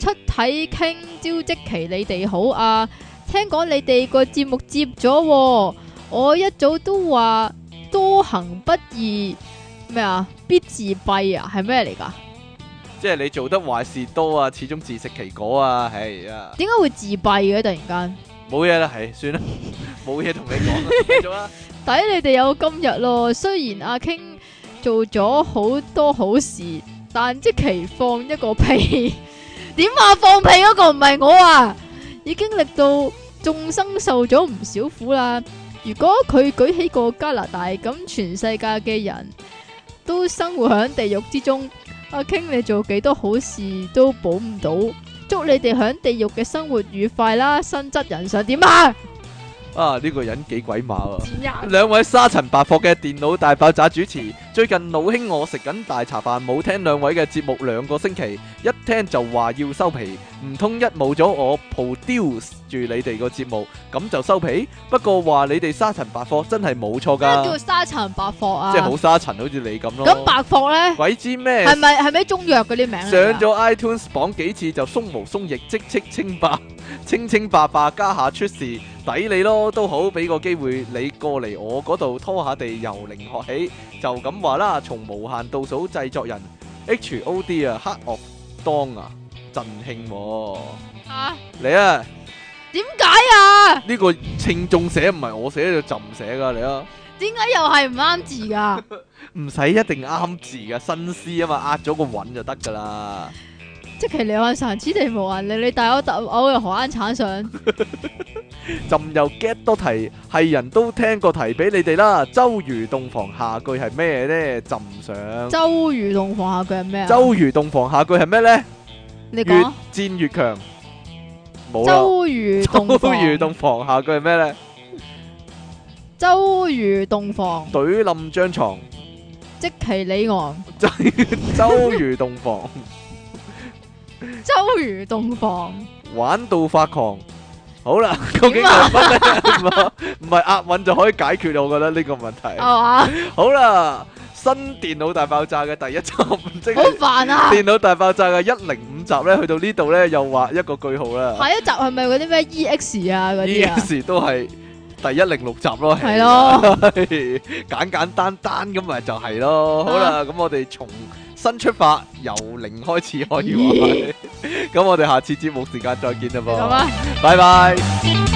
出體傾招即期，你哋好啊！聽講你哋個節目接咗、喎，我一早都話多行不義咩啊？必自斃啊？係咩嚟㗎？
即係你做得壞事多啊，始終自食其果啊，係啊，
點解會自斃嘅？突然間，
冇嘢啦，係算啦，冇嘢同你講啦，繼續啊啦。
抵你哋有今日咯。雖然阿傾做咗好多好事，但即期放一個屁， 點啊？放屁嗰個唔係我啊！已經歷到眾生受咗唔少苦啦。如果佢舉起過加拿大，咁全世界嘅人都生活喺地獄之中。阿 King，你做幾多好事都補唔到，祝你哋喺地獄嘅生活愉快啦！新質人想點啊？
啊，呢個人幾鬼馬啊！
賤人
兩位沙塵白霍嘅電腦大爆炸主持，最近老兄我食緊大茶飯，冇聽兩位嘅節目兩個星期，一聽就話要收皮，唔通一冇咗我 produce 住你哋個節目，咁就收皮？不過話你哋沙塵白霍真係冇錯
咩叫
㗎，
沙塵白霍啊？
即係好沙塵，好似你咁
咁
咯。
白霍咧，
鬼知咩？
係咪係咪中藥嗰啲名
上
嚟㗎
咗 iTunes 榜幾次就鬆毛鬆翼，即即清白， 清清白白，家下出事抵你咯，都好俾個機會你過嚟我嗰度拖下地，由零學起，就咁話啦。從無限倒數製作人 H O D 啊，黑樂當啊，振興喎
啊？
嚟啊！
點解啊？
呢個稱重寫唔係我寫就朕寫噶，嚟啊！
點解又係唔啱字㗎？
唔使一定啱字噶，新詩啊嘛，壓咗個韻就得噶啦。
即其離岸神，此地無銀你你大我特我又何啱產上？
朕又 get 多題，係人都聽過題俾你哋啦。周瑜洞房下句係咩呢？朕想。
周瑜洞房下佢係咩啊？
周瑜洞房下句係咩呢？
你
越
講啊
戰越強，冇啦。
周瑜洞
周
房，
瑜洞房下句係咩咧？
周瑜洞房，
懟冧張床，
即其李昂，
周瑜洞房，
周瑜洞 房，
玩到發狂。好啦，究竟係乜咧？ 唔係唔係押韻就可以解決，我覺得呢個問題。
啊嘛，
好啦，新電腦大爆炸嘅第一集，即
好
係
煩 啊！
電腦大爆炸嘅一零五集咧，去到呢度咧又畫一個句號啦。
下一集係咪嗰啲咩 EX 啊嗰啲啊？
E.S. 都係第一零六集咯，啊
係咯，
簡簡單單咁咪就係
啊
咯。好啦，咁我哋從新出發，由零開始可以話係。咁我哋下次節目時間再見啦
咁
噃，
啊。
拜拜。
「